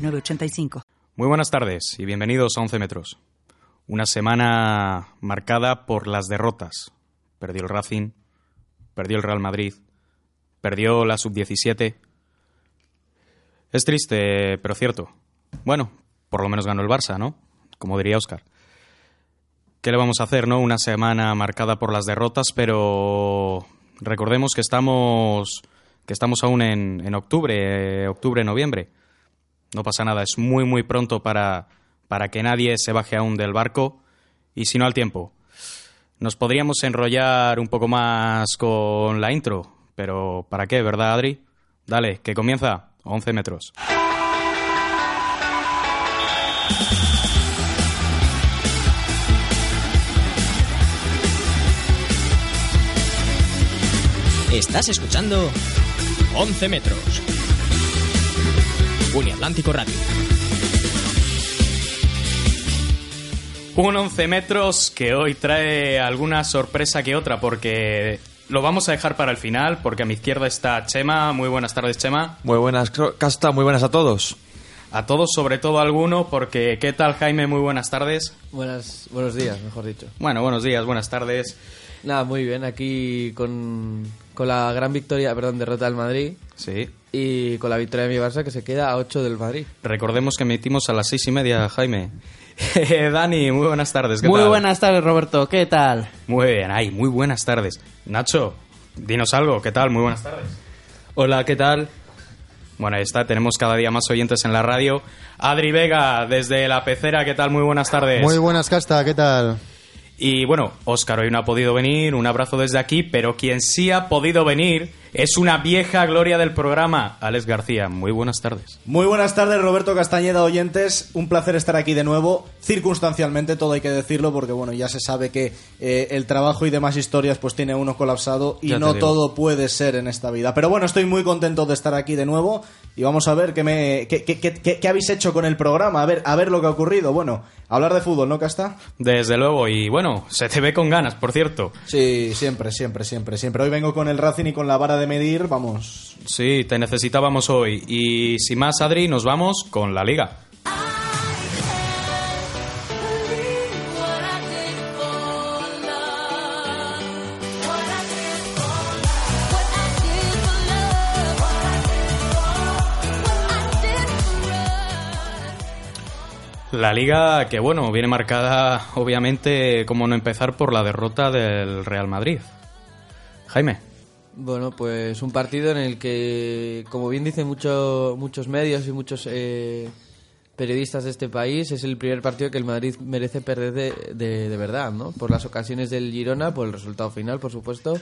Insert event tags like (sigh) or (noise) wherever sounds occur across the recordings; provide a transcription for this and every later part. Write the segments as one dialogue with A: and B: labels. A: 985.
B: Muy buenas tardes y bienvenidos a 11 metros. Una semana marcada por las derrotas. Perdió el Racing, perdió el Real Madrid, perdió la sub-17. Es triste, pero cierto. Bueno, por lo menos ganó el Barça, ¿no? Como diría Oscar. ¿Qué le vamos a hacer, no? Una semana marcada por las derrotas, pero recordemos que estamos, que estamos aún en, en octubre, eh, octubre, noviembre. No pasa nada, es muy muy pronto para, para que nadie se baje aún del barco y si no al tiempo. Nos podríamos enrollar un poco más con la intro, pero ¿para qué, verdad Adri? Dale, que comienza 11 metros.
C: Estás escuchando 11 metros. Uniatlántico Radio.
B: Un 11 metros que hoy trae alguna sorpresa que otra, porque lo vamos a dejar para el final, porque a mi izquierda está Chema. Muy buenas tardes, Chema.
D: Muy buenas, cro- Casta, muy buenas a todos.
B: A todos, sobre todo a alguno, porque ¿qué tal, Jaime? Muy buenas tardes.
E: Buenas, buenos días, mejor dicho.
B: Bueno, buenos días, buenas tardes.
E: Nada, muy bien, aquí con, con la gran victoria, perdón, derrota del Madrid
B: Sí.
E: y con la victoria de mi Barça que se queda a 8 del Madrid.
B: Recordemos que emitimos a las seis y media, Jaime. (laughs) Eh, Dani, muy buenas tardes. ¿qué
F: Muy
B: tal?
F: buenas tardes, Roberto. ¿Qué tal?
B: Muy bien, ay, muy buenas tardes. Nacho, dinos algo, ¿qué tal? Muy buenas tardes.
D: Hola, ¿qué tal?
B: Bueno, ahí está, tenemos cada día más oyentes en la radio. Adri Vega, desde la pecera, ¿qué tal? Muy buenas tardes.
G: Muy buenas, Casta, ¿qué tal?
B: Y bueno, Óscar hoy no ha podido venir, un abrazo desde aquí, pero quien sí ha podido venir es una vieja gloria del programa, Alex García. Muy buenas tardes.
H: Muy buenas tardes, Roberto Castañeda, oyentes. Un placer estar aquí de nuevo. Circunstancialmente, todo hay que decirlo, porque bueno, ya se sabe que eh, el trabajo y demás historias, pues tiene uno colapsado y
D: Ya te
H: no
D: digo.
H: todo puede ser en esta vida. Pero bueno, estoy muy contento de estar aquí de nuevo y vamos a ver qué, me, qué, qué- qué- qué- qué habéis hecho con el programa, a ver, a ver lo que ha ocurrido. Bueno, hablar de fútbol, ¿no, Casta?
B: Desde luego, y bueno, se te ve con ganas, por cierto.
H: Sí, siempre, siempre, siempre, siempre. Hoy vengo con el Racing y con la vara de medir, vamos.
B: Sí, te necesitábamos hoy. Y sin más, Adri, nos vamos con la liga. La liga que, bueno, viene marcada, obviamente, como no empezar por la derrota del Real Madrid. Jaime.
E: Bueno, pues un partido en el que, como bien dicen mucho- muchos medios y muchos eh, periodistas de este país, es el primer partido que el Madrid merece perder de, de- de verdad, ¿no? Por las ocasiones del Girona, por el resultado final, por supuesto,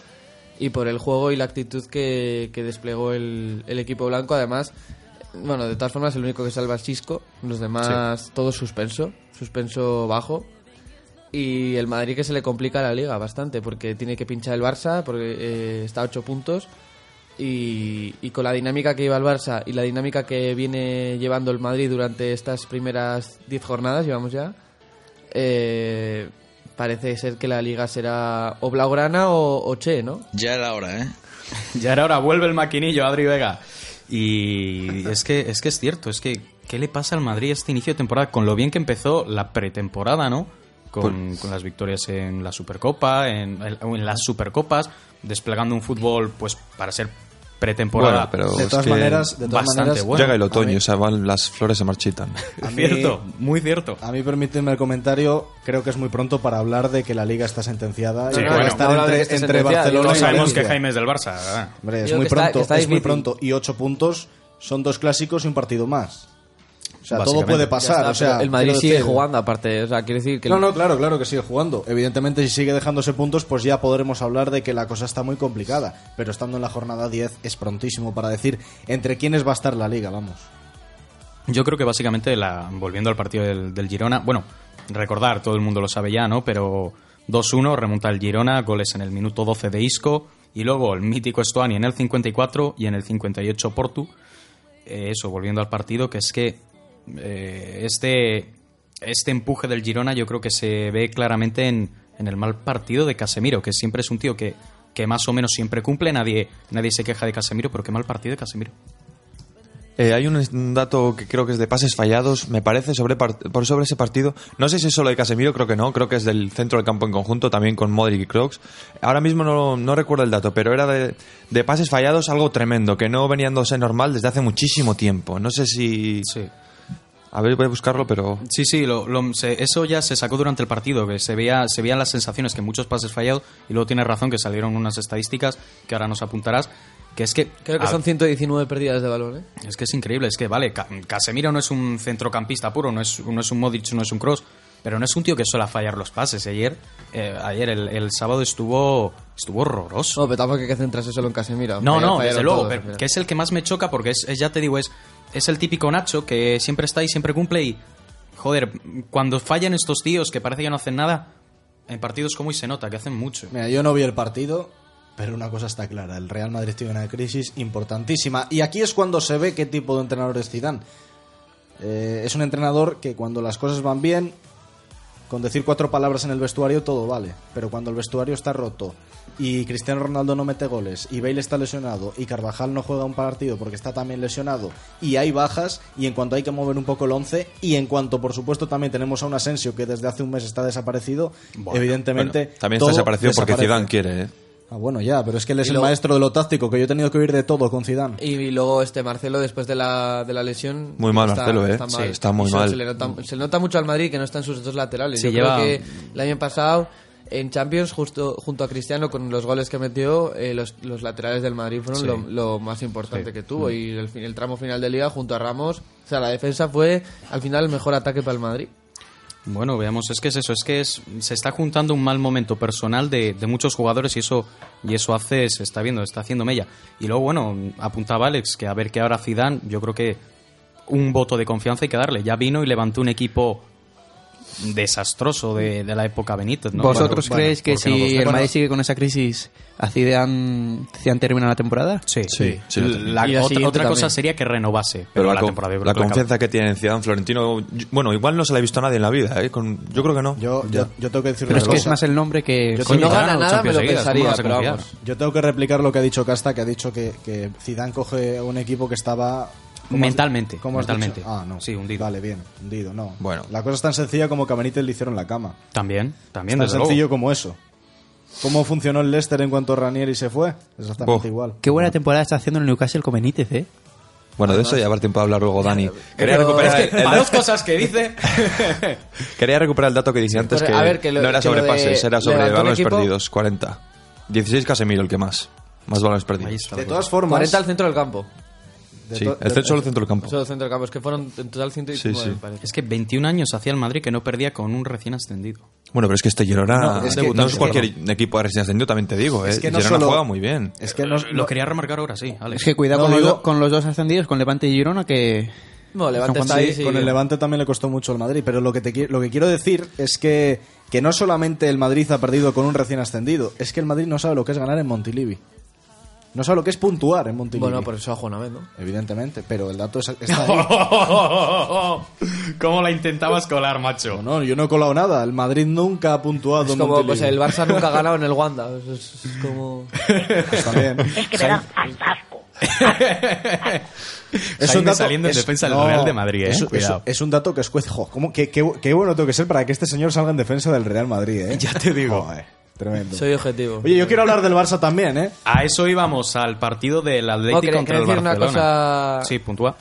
E: y por el juego y la actitud que, que desplegó el, el equipo blanco. Además, bueno, de todas formas, el único que salva es Chisco, los demás, todo suspenso, suspenso bajo. Y el Madrid que se le complica la liga bastante, porque tiene que pinchar el Barça, porque eh, está a 8 puntos. Y, y con la dinámica que lleva el Barça y la dinámica que viene llevando el Madrid durante estas primeras 10 jornadas, llevamos ya, eh, parece ser que la liga será o Blaugrana o, o Che, ¿no?
I: Ya era hora, ¿eh?
B: Ya era hora, vuelve el maquinillo, Adri Vega. Y es que es, que es cierto, es que ¿qué le pasa al Madrid este inicio de temporada? Con lo bien que empezó la pretemporada, ¿no? Con, con las victorias en la Supercopa, en, en las Supercopas, desplegando un fútbol, pues, para ser pretemporada.
D: Bueno, pero
H: De
D: es
H: todas
D: que
H: maneras, de todas
B: bastante
H: maneras,
B: bueno.
D: llega el
H: A
D: otoño,
H: mí-
D: o sea, van- las flores se marchitan.
H: a mí-
B: Cierto, muy cierto.
H: A mí permíteme el comentario, creo que es muy pronto para hablar de que la liga está sentenciada
B: Sí,
H: y que
B: bueno.
H: va a estar
E: No habla de
H: entre,
E: que esté
H: entre
E: sentenciada,
H: Barcelona
B: No
E: yo
H: y
B: sabemos
H: Valencia.
B: que Jaime es del Barça. ¿verdad?
H: Hombre, es
E: Digo
H: muy
E: que está-
H: pronto,
E: que está
H: es muy
E: difícil.
H: pronto y ocho puntos son dos clásicos y un partido más. O sea, todo
B: Básicamente.
H: puede
E: Ya
H: pasar,
E: está,
H: o sea,
E: pero el Madrid
H: quiero
E: sigue
H: decir-
E: jugando aparte, o sea, quiero decir que... el-
H: No, no, claro, claro que sigue jugando. Evidentemente, si sigue dejándose puntos, pues ya podremos hablar de que la cosa está muy complicada. Pero estando en la jornada 10 es prontísimo para decir entre quiénes va a estar la liga, vamos.
B: Yo creo que básicamente, la, volviendo al partido del, del Girona, bueno, recordar, todo el mundo lo sabe ya, ¿no? Pero 2-1, remonta el Girona, goles en el minuto 12 de Isco y luego el mítico Estuani en el 54 y en el 58 Portu. Eh, eso, volviendo al partido, que es que eh, este, este empuje del Girona yo creo que se ve claramente en, en el mal partido de Casemiro, que siempre es un tío que, que más o menos siempre cumple, nadie, nadie se queja de Casemiro, pero qué mal partido de Casemiro.
D: (laughs) Eh, hay un- un dato que creo que es de pases fallados, me parece, sobre par- por sobre ese partido. No sé si es solo de Casemiro, creo que no, creo que es del centro del campo en conjunto, también con Modric y Kroos. Ahora mismo no, no recuerdo el dato, pero era de, de pases fallados algo tremendo, que no venía dándose normal desde hace muchísimo tiempo. No sé si...
B: Sí.
D: A ver, voy a buscarlo, pero...
B: Sí, sí, lo- lo- se- eso ya se sacó durante el partido, que se, veía, se veían las sensaciones que muchos pases fallados, y luego tienes razón que salieron unas estadísticas que ahora nos apuntarás, que es que...
E: Creo que
B: a-
E: son 119 perdidas de balón, ¿eh?
B: Es que es increíble, es que vale, Ca- Casemiro no es un centrocampista puro, no es, no es un Modric, no es un Cross, pero no es un tío que suele fallar los pases. Ayer, eh, ayer el, el sábado estuvo, estuvo horroroso.
E: No, pero tampoco hay que centrarse solo en Casemiro.
B: No,
E: Fallaron-
B: no, desde
E: fallaron
B: luego,
E: todos,
B: pero
E: mira.
B: que es el que más me choca porque es, es- ya te digo, es, es el típico Nacho que siempre está y siempre cumple y, joder, cuando fallan estos tíos que parece que no hacen nada, en partidos como hoy se nota que hacen mucho.
H: Mira, yo no vi el partido, pero una cosa está clara, el Real Madrid tiene una crisis importantísima y aquí es cuando se ve qué tipo de entrenador es Zidane. Eh, es un entrenador que cuando las cosas van bien, con decir cuatro palabras en el vestuario todo vale, pero cuando el vestuario está roto y Cristiano Ronaldo no mete goles y Bale está lesionado y Carvajal no juega un partido porque está también lesionado y hay bajas y en cuanto hay que mover un poco el 11 y en cuanto por supuesto también tenemos a un Asensio que desde hace un mes está desaparecido, evidentemente
D: Bueno, también
H: todo
D: está desaparecido porque
H: desaparece.
D: Zidane quiere, ¿eh?
H: Ah, bueno, ya, pero es que él es
E: Y
H: el
E: luego-
H: maestro de lo táctico, que yo he tenido que oír de todo con Zidane.
E: Y, y luego este Marcelo, después de la, de la lesión.
D: Muy mal, Marcelo, ¿eh?
E: mal.
D: Sí, está muy
E: Y se-
D: mal.
E: Se le, nota, se le nota mucho al Madrid que no está en sus dos laterales.
B: Sí,
E: Yo
B: lleva-
E: creo que el año pasado. En Champions, justo junto a Cristiano, con los goles que metió, eh, los, los laterales del Madrid fueron lo, lo más importante que tuvo. Y el, fin- el tramo final de Liga, junto a Ramos, o sea, la defensa fue al final el mejor ataque para el Madrid.
B: Bueno, veamos, es que es eso, es que es, se está juntando un mal momento personal de, de muchos jugadores y eso, y eso hace, se está viendo, está haciendo mella. Y luego, bueno, apuntaba Alex que a ver qué ahora Zidane, yo creo que un voto de confianza hay que darle. Ya vino y levantó un equipo desastroso de, de la época Benítez, ¿no?
F: ¿Vosotros
B: Bueno,
F: creéis que
B: ¿por qué no
F: si
B: vosotros?
F: el Madrid sigue con esa crisis, a Zidane, Zidane termina la temporada?
B: Sí,
D: Sí, sí, lo tengo.
B: La-
F: Y la
B: otra,
F: siguiente
B: otra cosa
F: también.
B: sería que renovase, pero,
D: Pero la,
B: la,
D: con-
B: temporada yo
D: la
B: creo que acaba.
D: confianza que tiene en Zidane Florentino... yo- Bueno, igual no se la ha visto a nadie en la vida, ¿eh? Con- yo creo que no.
H: Yo, yo, yo tengo que decir
F: Pero
H: una
F: es que es
H: cosa.
F: más el nombre que...
H: Yo
F: Coño,
E: Si no
B: Zidane
E: gana
B: o
E: nada, me
B: Champions
E: lo
B: seguidas, ¿cómo
E: pensaría,
B: vas a
E: pero
B: confiar?
E: vamos.
H: Yo tengo que replicar lo que ha dicho Casta, que ha dicho que, que Zidane coge un equipo que estaba... ¿cómo has-
B: Mentalmente,
H: cómo has dicho?
B: mentalmente.
H: Ah, no.
B: Sí, hundido.
H: Vale, bien, hundido, no.
D: Bueno.
H: La cosa es tan sencilla como que a Benítez le hicieron la cama.
B: También, también,
H: Tan
B: desde luego.
H: sencillo como eso. ¿Cómo funcionó el Leicester en cuanto Ranieri se fue? Exactamente
D: Buah.
H: igual.
F: Qué buena temporada está haciendo el Newcastle con Benítez, ¿eh?
D: Bueno, de eso ya habrá tiempo de hablar luego, Dani. Quería
E: Pero-
D: recuperar
E: es
D: el- el-
B: A dos cosas que
D: (laughs)
B: dice.
D: Quería recuperar el dato que dije antes,
E: Pero,
D: que,
E: a ver, que lo-
D: no era
E: que lo
D: sobre
E: de-
D: pases, era sobre
E: levantó un
D: balones
E: equipo.
D: perdidos, 40. 16 Casemiro el que más, más balones
B: Ahí
D: perdidos.
B: está la
H: De
B: cosa.
H: todas formas...
E: 40 al centro del campo.
H: de
D: Sí,
H: to-
D: el
H: de-
D: centro solo el centro del campo.
E: Solo centro del campo. Es que fueron en total 119,
D: Sí, sí.
E: me parece.
B: Es que 21 años hacía el Madrid que no perdía con un recién ascendido.
D: Bueno, pero es que este Girona
H: No,
D: no
H: es
D: es,
H: que- no, es que-
D: cualquier equipo de recién ascendido, también te digo, ¿eh?
H: Es que no
D: Girona
H: solo-
D: juega muy bien.
H: Es que no,
B: Lo quería remarcar ahora, sí, Alex.
F: Es que cuidado
H: No,
F: con,
H: digo-
F: los do- con los dos ascendidos, con Levante y Girona, que...
E: No, Levante
F: San
E: está
F: Juan
E: ahí.
F: sí,
E: sí.
H: Con el Levante también le costó mucho al Madrid, pero lo que, te, qui- lo que quiero decir es que, que no solamente el Madrid ha perdido con un recién ascendido, es que el Madrid no sabe lo que es ganar en Montilivi. No sabe lo que es puntuar en Montilivi.
E: Bueno, por eso ha jugado una vez, ¿no?
H: Evidentemente, pero el
E: (laughs)
H: dato es- está ahí.
B: ¿Cómo la intentabas colar, macho?
H: No, yo no he colado nada. El Madrid nunca ha puntuado
E: Es
H: en
E: como,
H: Montilivi.
E: pues el Barça nunca ha ganado en el Wanda. Es, (laughs) es- es como.
H: Pues también.
E: (laughs)
G: Es que me da asco.
H: Es
B: Jaime saliendo en defensa del Real de Madrid, eh,
H: Es, es-
B: cuidado.
H: es un dato que os cuece. Jo, ¿cómo- qué, qué- qué bueno tengo que ser para que este señor salga en defensa del Real Madrid,
B: (laughs)
H: ¿eh?
B: Ya te digo.
H: Joder, tremendo.
E: Soy objetivo.
H: Oye, yo quiero hablar del Barça también, ¿eh?
B: A eso íbamos, al partido del Atlético
E: No, Oh, quería-
B: contra el
E: quería decir una
B: Barcelona.
E: cosa-
B: Sí, puntúa.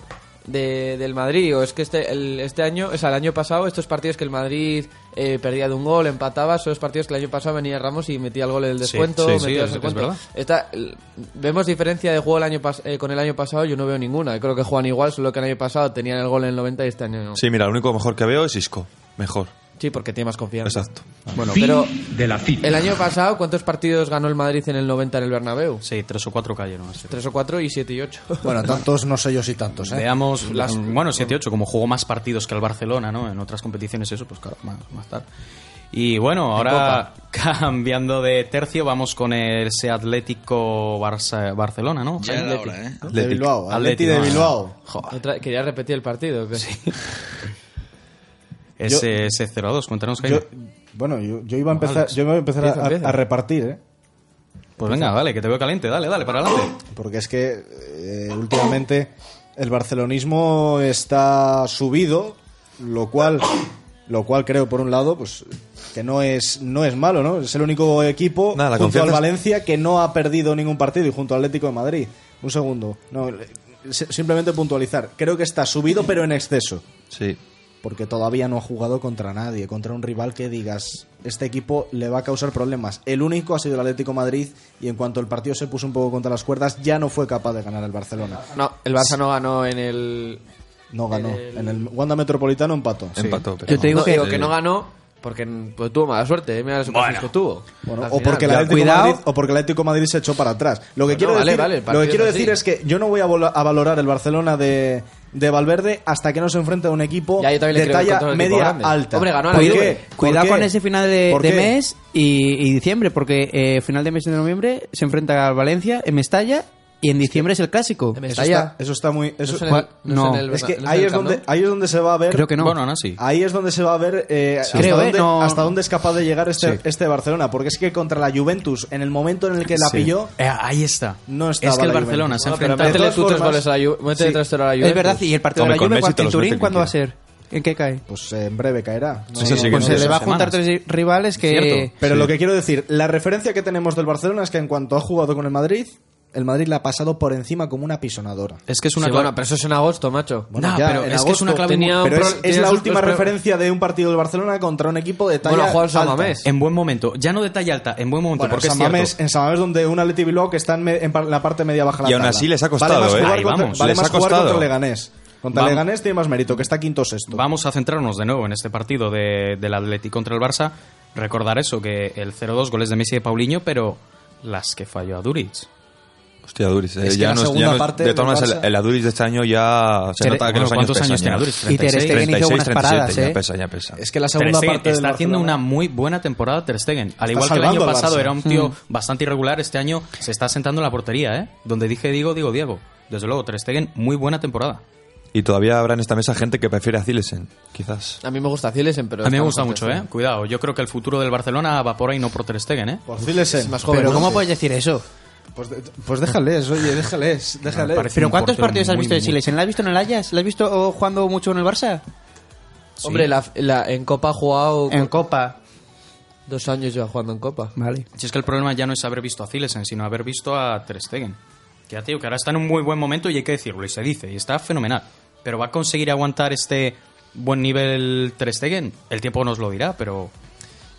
E: de- del Madrid, o es que este, el- este año, o sea, el año pasado, estos partidos que el Madrid eh, perdía de un gol, empataba, son los partidos que el año pasado venía Ramos y metía el gol del descuento.
B: sí,
E: metía
B: sí,
E: el
B: es- es
E: descuento.
B: verdad.
E: Esta- l- vemos diferencia de juego el año pas- eh, con el año pasado, yo no veo ninguna. Creo que juegan igual, solo que el año pasado tenían el gol en el 90 y este año no.
D: Sí, mira, lo único mejor que veo es Isco. Mejor.
E: Sí, porque tiene más confianza.
D: Exacto.
E: Bueno,
G: Fin
E: pero
G: de la cita.
E: el año pasado, ¿cuántos partidos ganó el Madrid en el 90 en el Bernabéu?
B: Sí, tres o cuatro cayeron. así.
E: Tres o cuatro y siete y ocho.
H: Bueno, tantos no sé yo si tantos, ¿eh?
B: Veamos las. Bueno, 7-8, como jugó más partidos que el Barcelona, ¿no? En otras competiciones, eso, pues claro, más, más tal. Y bueno, ahora (laughs) cambiando de tercio, vamos con ese Atlético Barça- Barcelona, ¿no?
I: Ya era hora, ¿eh?
H: De Bilbao,
B: Atleti,
H: Atleti de
B: no.
H: Bilbao.
E: (laughs) Otra- quería repetir el partido. ¿o qué?
B: Ese, ese 0-2, cuéntanos qué.
H: Yo- bueno, yo, yo iba a empezar, yo iba a, empezar a-
E: Empieza, empieza.
H: a repartir, ¿eh?
B: Pues venga, dale, que te veo caliente, dale, dale, para adelante.
H: Porque es que eh, últimamente el barcelonismo está subido, lo cual, lo cual creo por un lado, pues que no es no es malo, ¿no? Es el único equipo
D: Nada, la
H: junto al
D: confianza-
H: Valencia que no ha perdido ningún partido y junto al Atlético de Madrid. Un segundo, no, le- si- simplemente puntualizar. Creo que está subido pero en exceso,
D: Sí.
H: porque todavía no ha jugado contra nadie, contra un rival que digas este equipo le va a causar problemas. El único ha sido el Atlético de Madrid y en cuanto el partido se puso un poco contra las cuerdas ya no fue capaz de ganar el Barcelona.
E: No, el Barça no ganó en el.
H: No ganó.
E: El-
H: En el Wanda Metropolitano empató.
D: Empató. pero-
F: Yo te digo
E: No,
F: que-
E: digo que no ganó porque pues, tuvo mala suerte. ¿eh? Mira las ocasiones que tuvo.
H: Bueno,
E: Al
H: o,
E: final.
H: porque el
E: Ya,
H: Atlético
F: cuidado.
H: Madrid, o porque el Atlético Madrid se echó para atrás. Lo que
E: Bueno,
H: quiero,
E: vale,
H: decir,
E: vale, el
H: lo
E: partido
H: que quiero
E: es así.
H: decir es que yo no voy a, vol- a valorar el Barcelona de, de Valverde hasta que no se enfrente a un equipo
E: Ya, yo también le
H: de
E: creo que
H: talla
E: contra un equipo
H: media
E: grande.
H: alta.
E: Hombre, ganó a la
H: ¿Por
E: Juve.
H: qué?
E: ¿Por
F: Cuidado
H: qué?
F: con ese final de,
H: ¿Por
F: de
H: qué?
F: mes y, y diciembre, porque eh, final de mes de noviembre se enfrenta al Valencia en Mestalla y en diciembre es el clásico.
E: en
H: Eso
E: Mestalla.
H: está, eso está muy...
E: No
H: eso-
E: es en el- no es en
F: No.
E: el-
H: es que
E: no en
H: ahí
E: el
H: es,
E: Camp Nou.
H: donde, ahí es donde se va a ver...
F: Creo que no.
B: Bueno, Ana sí.
H: Ahí es donde se va a ver eh, hasta,
F: Creo, ¿eh?
H: dónde,
F: No-
H: hasta dónde es capaz de llegar este, este Barcelona. Porque es que contra la Juventus, en el momento en el que la
D: Sí.
H: pilló,
B: Eh, ahí está.
H: No
B: es
H: estaba
B: que el
H: la
B: Barcelona
H: Juventus.
B: se ha
H: No, pero
B: enfrentado.
H: de
E: Métele
H: todas
E: tú tres
H: formas-
E: goles a la Juve. Métele tres
H: Sí.
E: goles a la Juventus.
F: es verdad, y el partido
D: Hombre,
F: de la
D: con
F: Juve,
D: Messi te
F: ¿en
D: los
F: Turín
D: meten
F: cuándo va a
D: cualquiera.
F: ser? ¿En qué cae?
H: pues eh, en breve caerá. No-
D: Sí, sí, sí, que
F: Pues
D: no,
F: se le
D: dos
F: va a juntar
B: semanas.
F: tres rivales que...
B: Cierto.
H: Pero
D: Sí.
H: lo que quiero decir, la referencia que tenemos del Barcelona es que en cuanto ha jugado con el Madrid, el Madrid la ha pasado por encima como una pisonadora.
B: Es que es
E: Sí,
B: una
E: bueno, pero eso es en agosto, macho.
H: Bueno,
B: Nah,
H: ya
B: pero
H: en
B: es que es una
H: agosto
B: clave
E: tenía
B: muy-
E: un
H: Pero
E: pro-
H: es, es
E: tenía
H: la
E: sus-
H: última
E: los pro-
H: referencia de un partido del Barcelona contra un equipo de talla
E: Bueno, ha jugado el
H: alta.
E: Samamés.
B: En buen momento, ya no de talla alta, en buen momento,
H: Bueno,
B: porque
H: San Mamés-
B: es cierto.
H: en San Mamés donde un Atleti Bilbao que está en, me- en par- la parte media baja de la
D: Y aún
H: tabla.
D: así les ha costado,
H: vale más
D: ¿eh?
H: jugar
B: Ahí
H: contra,
B: vamos,
H: vale
D: les
H: más
D: ha
H: jugar
D: costado.
H: contra el Leganés. Contra
B: Vam-
H: el Leganés tiene más mérito, que está quinto o sexto.
B: Vamos a centrarnos de nuevo en este partido de- del Atleti contra el Barça. Recordar eso, que el 0-2 goles de Messi y de Paulinho, pero las que falló a Duric.
D: Hostia, Aduris. eh,
H: Es que
D: ya
H: la
D: no es- ya
H: segunda
D: no es-
H: parte
D: de todas
H: del
D: maneras, el,
H: Barça-
D: el Aduris de este año ya se
F: Tere-
D: nota que
B: bueno,
D: los años
B: ¿cuántos
D: pesan ¿eh?
B: años
D: ya.
B: tiene Aduris?
F: Y Ter Stegen hizo
D: 36,
F: buenas
D: 37,
F: paradas,
D: ya
F: ¿eh?
D: pesa, ya pesa.
H: Es que la
B: Ter
H: segunda
B: Stegen
H: parte del
B: está haciendo
H: Barcelona-
B: una muy buena temporada Ter Stegen. Al igual que el
H: salvando
B: año
H: al
B: pasado
H: Barça.
B: era un
F: Mm.
B: tío bastante irregular, este año se está sentando en la portería, ¿eh? Donde dije digo, digo Diego. Desde luego, Ter Stegen, muy buena temporada.
D: Y todavía habrá en esta mesa gente que prefiere a Zilesen, quizás.
E: A mí me gusta Cilesen, pero.
B: A mí me
E: está
B: gusta
E: mejor
B: mucho,
E: Ter
B: ¿eh? Cuidado, yo creo que el futuro del Barcelona va por ahí, no por Ter Stegen, ¿eh?
H: Por Zilesen.
E: más joven,
F: Pero
E: ¿no?
F: ¿cómo
E: Sí.
F: puedes decir eso?
H: Pues, de- pues déjales, oye, déjales, déjales.
B: parece
F: ¿Pero
B: un
F: cuántos
B: portero
F: partidos has
B: muy,
F: visto de
B: muy-
F: Chile? ¿La has visto en el Ajax? ¿La has visto oh, jugando mucho en el Barça?
E: Stegen. Hombre, la, la- en Copa ha jugado.
F: En Copa.
E: Dos años lleva jugando en Copa.
F: Vale.
B: Si es que el problema ya no es haber visto a Zilesen, sino haber visto a Ter Stegen. Que ya te digo que ahora está en un muy buen momento y hay que decirlo, y se dice, y está fenomenal. Pero va a conseguir aguantar este buen nivel Ter Stegen. El tiempo nos lo dirá, pero...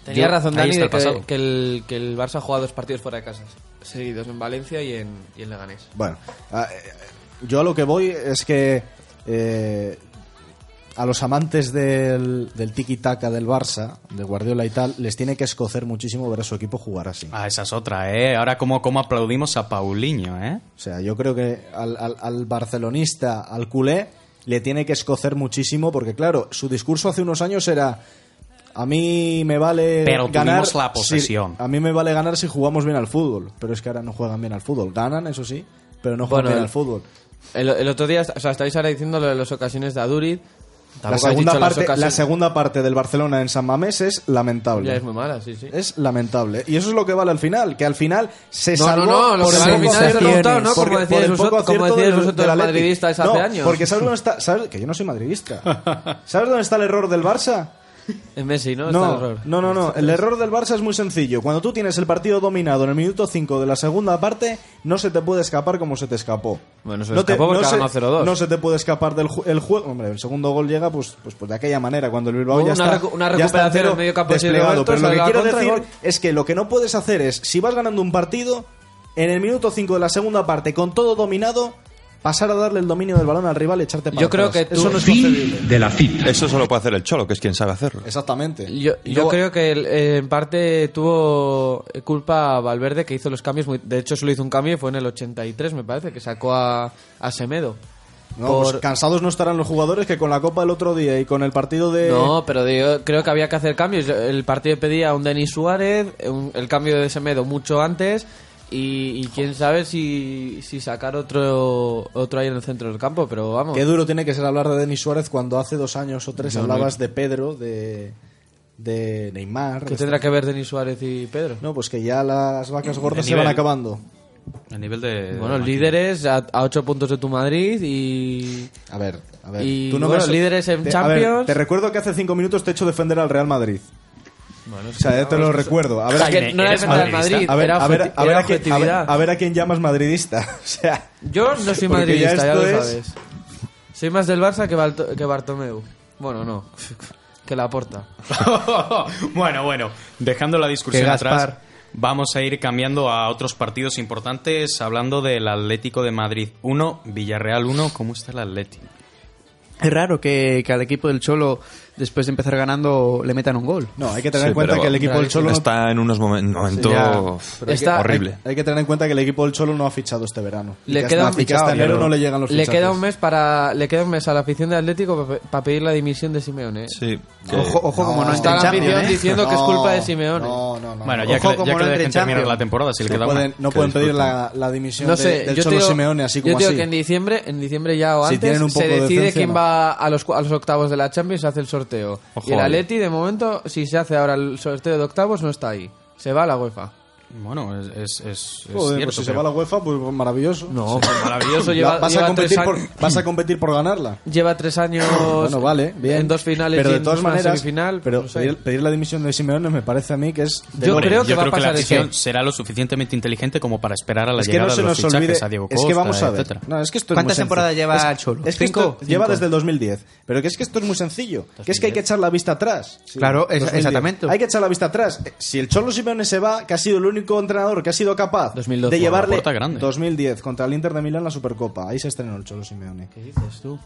E: Tenía
B: yo-
E: razón
B: ahí
E: Dani
B: está
E: de
B: el
E: que,
B: pasado.
E: que el, que el Barça ha jugado dos partidos fuera de casa. Seguidos en Valencia y en, y en Leganés.
H: Bueno, a- eh, yo a lo que voy es que eh, a los amantes del, del tiki-taka del Barça, de Guardiola y tal, les tiene que escocer muchísimo ver a su equipo jugar así.
B: Ah, esa es otra, ¿eh? Ahora como, como aplaudimos a Paulinho, ¿eh?
H: O sea, yo creo que al, al- al barcelonista, al culé, le tiene que escocer muchísimo porque, claro, su discurso hace unos años era... A mí me vale
B: Pero tuvimos
H: ganar
B: la
H: si-
B: posesión".
H: a mí me vale ganar si jugamos bien al fútbol, pero es que ahora no juegan bien al fútbol. Ganan, eso sí, pero no juegan
E: Bueno,
H: bien
E: el-
H: al fútbol.
E: El, el otro día, o sea, estáis ahora diciendo lo de las ocasiones de Aduriz. Tampoco
H: La
E: habéis
H: segunda,
E: dicho las
H: parte, la
E: ocasiones-
H: segunda parte del Barcelona en San Mamés es lamentable.
E: Ya es muy mala, sí, sí.
H: Es lamentable. Y eso es lo que vale al final, que al final se
E: No,
H: salvó
E: no, no, lo
H: por
E: que
H: el
E: vale al
H: poco
E: final es el
H: acierto-
E: resultado, ¿no?
H: por-
E: Como
H: por el
E: decíais
H: poco
E: vosotros- como
H: acierto
E: decíais
H: del-
E: vosotros,
H: del Atleti.
E: madridistas hace
H: No,
E: años.
H: porque ¿sabes dónde está? ¿Sabes? Que yo no soy madridista.
E: (laughs)
H: ¿Sabes dónde está el error del Barça?
E: En Messi, ¿no? Está el
H: No,
E: error.
H: no, no, no. El error del Barça es muy sencillo. Cuando tú tienes el partido dominado en el minuto 5 de la segunda parte, no se te puede escapar como se te escapó.
E: Bueno, se
H: no te-
E: escapó porque ha
H: se-
E: ganado 0-2.
H: no se te puede escapar del ju- el juego. Hombre, el segundo gol llega pues, pues, pues de aquella manera, cuando el Bilbao
E: Una
H: ya está.
E: recu- una
H: ya está
E: recuperación
H: entero
E: en medio campo de
H: desplegado.
E: Roberto,
H: Pero lo
E: sale
H: que
E: la
H: quiero
E: contra y
H: decir
E: gol.
H: es que lo que no puedes hacer es, si vas ganando un partido, en el minuto 5 de la segunda parte, con todo dominado, pasar a darle el dominio del balón al rival y echarte para
E: Yo creo
H: atrás.
E: que
H: eso
E: tú-
H: no es concebible.
G: de la cita.
D: Eso solo puede hacer el Cholo, que es quien sabe hacerlo.
H: Exactamente.
E: Yo,
H: Y
E: yo
H: luego-
E: creo que el- eh, en parte tuvo culpa Valverde que hizo los cambios. muy- de hecho, solo hizo un cambio y fue en el 83, me parece, que sacó a, a Semedo.
H: No,
E: Por-
H: pues cansados no estarán los jugadores que con la Copa del otro día y con el partido de...
E: No, pero yo creo que había que hacer cambios. El partido pedía a un Denis Suárez, un- el cambio de Semedo mucho antes y, y quién sabe si, si sacar otro, otro ahí en el centro del campo, pero vamos.
H: Qué duro tiene que ser hablar de Denis Suárez cuando hace dos años o tres hablabas de Pedro, de, de Neymar.
E: ¿Qué
H: de-
E: tendrá que ver Denis Suárez y Pedro?
H: No, pues que ya las vacas gordas se
B: nivel.
H: van acabando.
B: El nivel de.
E: Eh, Bueno,
B: de-
E: líderes a, a ocho puntos de tu Madrid y...
H: A ver, a ver.
E: Y,
H: me
E: bueno,
H: has-
E: líderes en
H: te, a ver,
E: Champions.
H: te recuerdo que hace cinco minutos te he hecho defender al Real Madrid. o sea, ya te lo recuerdo. A ver,
E: Es
H: a
E: que
H: quién-
E: no era
B: ¿eres
E: defender al
B: madridista?
E: Madrid,
H: a ver,
E: era,
H: a ver,
E: obje-
H: a ver
E: era
H: a quién- a ver-
E: objetividad.
H: a ver a quién llamas madridista. (laughs) O sea,
E: Yo no soy
H: Porque
E: madridista,
H: ya
E: ya,
H: esto
E: lo
H: es-
E: sabes. Soy más del Barça que, Balto- que Bartomeu. Bueno, no. (laughs) Que la aporta.
B: (laughs) bueno, bueno, dejando la discusión
F: Que
B: atrás,
F: Gaspar.
B: vamos a ir cambiando a otros partidos importantes, hablando del Atlético de Madrid 1, Villarreal 1. ¿Cómo está el Atlético?
F: Es raro que, que al equipo del Cholo, después de empezar ganando, le metan un gol.
H: no, hay que tener
D: Sí,
H: en cuenta
D: pero
H: que el equipo del Cholo no-
D: Está en unos momen- momentos
H: ya,
E: pero hay que-
D: horrible.
H: Hay que tener en cuenta que el equipo del Cholo no ha fichado este verano. Y
E: Le
H: que
E: queda
H: hasta,
E: un
H: y que hasta
E: fichado,
H: enero
E: pero-
H: no le llegan los
E: le
H: fichajes.
E: queda un mes para le queda un mes a la afición de Atlético para pedir la dimisión de Simeone. ¿eh?
D: Sí. que-
F: Ojo, ojo como no
E: está
F: entra en
E: la
F: Champions,
E: ambición
F: ¿eh?
E: diciendo que es culpa de Simeone.
H: No, no, no.
B: Bueno,
H: no.
B: ya que, le-
F: Ojo,
B: ya
F: como
B: que
F: no
B: le
F: entre
B: dejen
F: en
B: terminar
F: Champions.
B: la temporada, si le queda
H: no
B: una.
H: pueden, no
D: que
H: pueden pedir
D: disfruten.
H: la, la dimisión
E: No
H: de-
E: sé,
H: del
E: yo
H: Cholo
E: digo,
H: Simeone así
E: yo
H: como
E: digo
H: así.
E: que en diciembre, en diciembre ya o
H: Si
E: antes
H: tienen un
E: se
H: poco de
E: decide
H: decencia,
E: quién
H: no.
E: va a los, cu- a los octavos de la Champions, se hace el sorteo.
D: Ojo
E: y el
D: ahí.
E: Atleti, de momento, si se hace ahora el sorteo de octavos, no está ahí. Se va a la UEFA.
B: Bueno, es, es- es- es
H: Joder,
B: cierto.
H: pues si se
B: pero-
H: va la UEFA, pues maravilloso.
E: No, maravilloso.
H: (laughs) La-
E: lleva,
H: vas,
E: lleva
H: a competir
E: tres
H: por,
E: años-
H: vas a competir
E: (laughs)
H: por ganarla.
E: Lleva tres años
H: Bueno, vale, bien.
E: en dos finales
H: pero
E: y
H: de
E: en
H: todas
E: una
H: maneras,
E: semifinal. pues
H: pero
E: no sé.
H: pedir, pedir la dimisión de Simeone me parece a mí que es de
E: Yo
H: locos.
B: Hombre,
E: creo que va a
B: que la
E: pasar eso.
B: afición será lo suficientemente inteligente como para esperar a la
H: es que
B: llegada
H: no se
B: de los
H: nos
B: fichajes
H: olvide.
B: a Diego Costa,
H: es que vamos a ver.
B: etcétera.
H: No, es que esto es
F: ¿Cuántas
H: muy
F: temporadas
H: sencillo.
F: lleva
H: Es-
F: el Cholo?
H: Es que
F: ¿Cinco?
H: esto lleva
F: Cinco.
H: desde el 2010. Pero que es que esto es muy sencillo. Que es que hay que echar la vista atrás. Sí,
F: Claro, es-
H: 2010.
F: exactamente.
H: Hay que echar la vista atrás. Eh, Si el Cholo Simeone se va, que ha sido el único entrenador que ha sido capaz
E: 2012, por la
H: de llevarle
B: puerta grande.
H: 2010 contra el Inter de Milán la Supercopa. Ahí se estrenó el Cholo Simeone.
E: ¿Qué dices tú?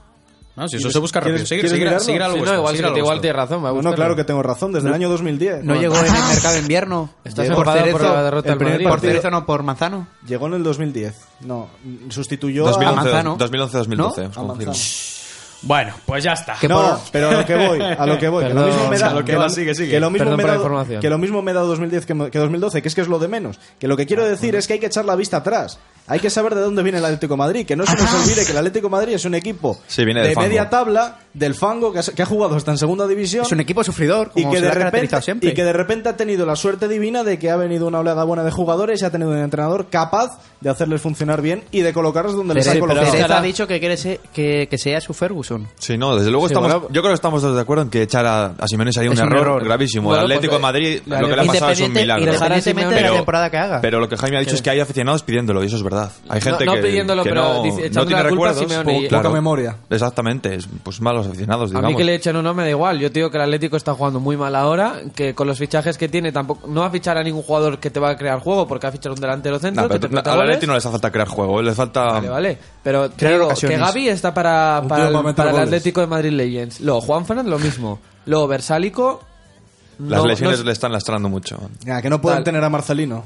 B: No, si eso
H: ¿Quieres-
B: se busca rápido.
H: quieres-
B: Sigue,
H: quieres
B: sigue,
H: mirarlo?
B: sigue a lo
H: Sí,
E: Sí,
B: vuestro,
E: no, igual,
B: sigue a lo
E: igual
B: vuestro.
E: tienes razón. va a
H: No, no,
E: gustarlo.
H: claro que tengo razón. Desde el año 2010.
F: No llegó en el mercado de invierno.
H: (laughs)
E: Estás
F: Llegó
E: enfadado por la derrota
H: el
E: al
H: primer
E: Madrid.
F: Por
H: partido-
F: Cerezo, no, por Manzano.
H: Llegó en el 2010. No, mm, sustituyó a
D: 2011,
F: Manzano.
D: 2011-2012.
F: ¿No?
D: os
H: A
D: confirmo.
H: Manzano.
B: Bueno, pues ya está.
F: Que
H: No,
F: por-
H: pero a lo que voy, a lo que voy, que lo
E: Perdón.
H: mismo me
E: O
H: da,
E: sea, lo que
H: que
E: va,
H: lo-
E: sigue, sigue.
H: que lo mismo
E: Perdón
H: me
E: por
H: da,
E: la información.
H: que lo mismo me da 2010 que, mo- que 2012, que es que es lo de menos. Que lo que
F: Ah,
H: quiero decir es que hay que echar la vista atrás. Hay que saber de dónde viene el Atlético de Madrid, que no se
F: Ah.
H: nos olvide que el Atlético de Madrid es un equipo
D: Sí, viene del
H: de
D: fango.
H: media tabla, del fango, que ha, que ha jugado hasta en segunda división.
F: Es un equipo sufridor, como
H: y que, de
F: se le ha
H: repente,
F: caracterizado siempre.
H: y que de repente ha tenido la suerte divina de que ha venido una oleada buena de jugadores y ha tenido un entrenador capaz de hacerles funcionar bien y de colocarlos donde les ha
F: Cerezo,
H: colocado.
F: Cerezo ha dicho que quiere ser- que, que sea su Ferguson.
D: Sí, no, desde luego
F: Sí,
D: estamos.
F: bueno.
D: yo creo que estamos todos de acuerdo en que echar a, a Simeone sería un,
F: Es un
D: error,
F: error.
D: gravísimo.
E: Bueno,
D: el Atlético
E: pues,
D: de Madrid,
E: la-
D: lo que le ha pasado es un milagro.
F: independientemente de la
D: Pero-
F: temporada que haga.
D: Pero lo que Jaime ha dicho es que hay aficionados pidiéndolo, y eso es verdad. Hay
E: No-
D: gente
E: no
D: que,
E: pidiéndolo,
D: que
E: pero
D: no,
E: dice-
D: no
E: echando
D: tiene
E: la culpa a
D: recuerdos.
E: Simeone y-
D: po- claro.
H: Poca memoria.
D: Exactamente, es, pues malos aficionados,
E: A
D: digamos.
E: mí que le echen o no me da igual. Yo te digo que el Atlético está jugando muy mal ahora, que con los fichajes que tiene tampoco no va a fichar a ningún jugador que te va a crear juego, porque ha fichado un delantero centro.
D: Nah, pero
E: que te
D: no-
E: meta
D: al
E: goles.
D: Atleti no les hace falta crear juego, le falta.
E: Vale, vale. Pero te
F: Crear
E: digo que
F: ocasiones.
E: Gaby está para,
H: Un
E: para
H: tío
E: el,
H: va a meter
E: para el
H: goles.
E: Atlético de Madrid Legends. Luego Juan Fernández lo mismo. Luego Versálico.
D: Las
E: no-
D: lesiones
E: no-
D: le están lastrando mucho.
H: Ya, "Ah, que no pueden
E: Tal.
H: tener a Marcelino.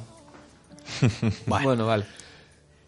E: Bueno, vale.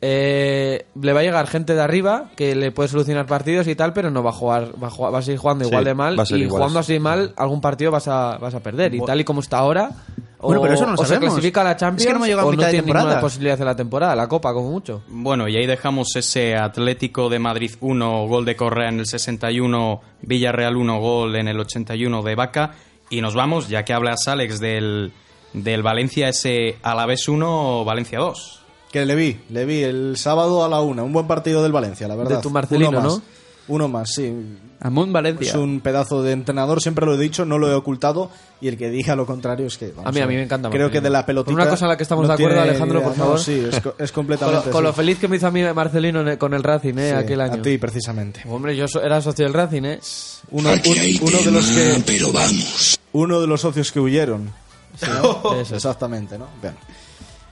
E: Eh, le va a llegar gente de arriba que le puede solucionar partidos y tal, pero no va a jugar, va a, jugar- va a seguir jugando
D: Sí,
E: igual de mal.
D: va a ser
E: y
D: igual.
E: jugando así mal, algún partido vas a, vas a perder. Y tal y como está ahora, o,
F: Bueno, pero eso no lo
E: o se
F: sabemos.
E: clasifica a la
F: Es que no
E: Champions,
F: hemos llegado a
E: o
F: mitad
E: no
F: de
E: tiene ninguna
F: temporada.
E: posibilidad de la temporada, la Copa, como mucho.
B: Bueno, y ahí dejamos ese Atlético de Madrid 1, gol de Correa en el 61, Villarreal 1, gol en el 81 de Vaca. Y nos vamos, ya que hablas, Alex, del, del Valencia, ese Alavés 1, Valencia 2.
H: Que le vi, le vi el sábado a la una. Un buen partido del Valencia, la verdad.
E: De tu Marcelino,
H: Uno más,
E: ¿no?
H: Uno más, sí.
F: Amón Valencia.
H: Es un pedazo de entrenador, siempre lo he dicho, no lo he ocultado. Y el que diga lo contrario es que. vamos
E: A mí- a
H: ver,
E: mí me encanta
H: Creo que
E: Marcelino.
H: de la pelotita.
E: Por una cosa en la que estamos de acuerdo,
H: tiene
E: Alejandro, por
H: No,
E: favor.
H: sí, es, co-
E: (laughs)
H: es
E: Con lo,
H: completamente.
E: con lo
H: sí.
E: feliz que me hizo a mí Marcelino en el- con el Racing, ¿eh?
H: Sí,
E: aquel año.
H: A ti, precisamente.
E: Hombre, yo so- era socio del Racing, ¿eh?
H: Uno, un- uno de los que. Uno de los socios que huyeron.
E: Sí, eso es.
H: Exactamente, ¿no? Bueno.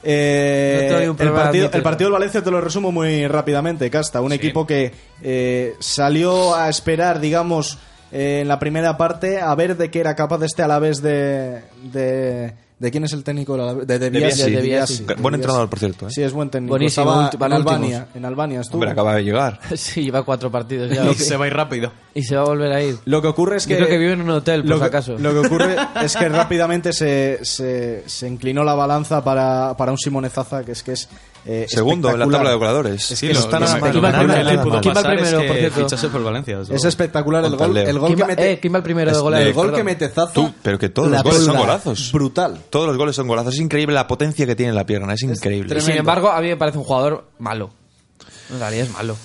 H: Eh,
E: No tengo ningún
H: el,
E: problema
H: partido, el
E: admitiendo.
H: partido del Valencia te lo resumo muy rápidamente, Casta. Un equipo que eh, salió a esperar, digamos, eh, en la primera parte, a ver de qué era capaz este a la vez de. de ¿De quién es el técnico? del Alavés? De, de,
D: De
H: Biasi.
D: Biasi.
H: de
E: De
H: Biasi.
E: Biasi.
D: Buen entrenador, por cierto, ¿eh?
H: Sí, es buen técnico.
E: Buenísimo,
H: Estaba
E: ulti- van
H: en Albania.
E: últimos.
H: En Albania estuvo.
D: Hombre, acaba de llegar.
E: (laughs) Sí, lleva cuatro partidos ya.
D: (laughs)
B: Y se va a ir rápido.
E: Y se va a volver a ir.
H: Lo que ocurre es
E: Yo
H: que.
E: creo que vive en un hotel, por
H: lo
E: si
H: que-
E: acaso.
H: Lo que ocurre es que rápidamente se, se, se inclinó la balanza para, para un Simonezaza, que es que es. eh,
D: Segundo en la
H: espectacular.
D: tabla de goleadores.
H: Es
B: Sí,
H: que
B: lo,
H: está
B: lo-
H: nada
B: lo
H: mal.
B: que
E: ¿Quién va
B: nada
E: primero?
B: mal pudo
E: ¿Quién va
B: pasar es
E: primero, por
B: que
E: cierto?
B: fichase por el Valencia. desde
H: Es
B: luego.
H: espectacular el
D: Contra
H: gol.
D: el Leo.
H: El gol
E: ¿Quién
H: que
E: va-
H: mete,
E: eh, quién va el primero de
H: el
E: goleador?
H: gol que
E: Perdón.
H: mete Zaza.
D: Tú, pero que todos
H: la
D: los goles son
H: pierna,
D: golazos.
H: Brutal.
D: Todos los goles son golazos. Es increíble la potencia que tiene en la pierna. Es increíble.
E: Sin embargo, a mí me parece un jugador malo. En realidad es malo.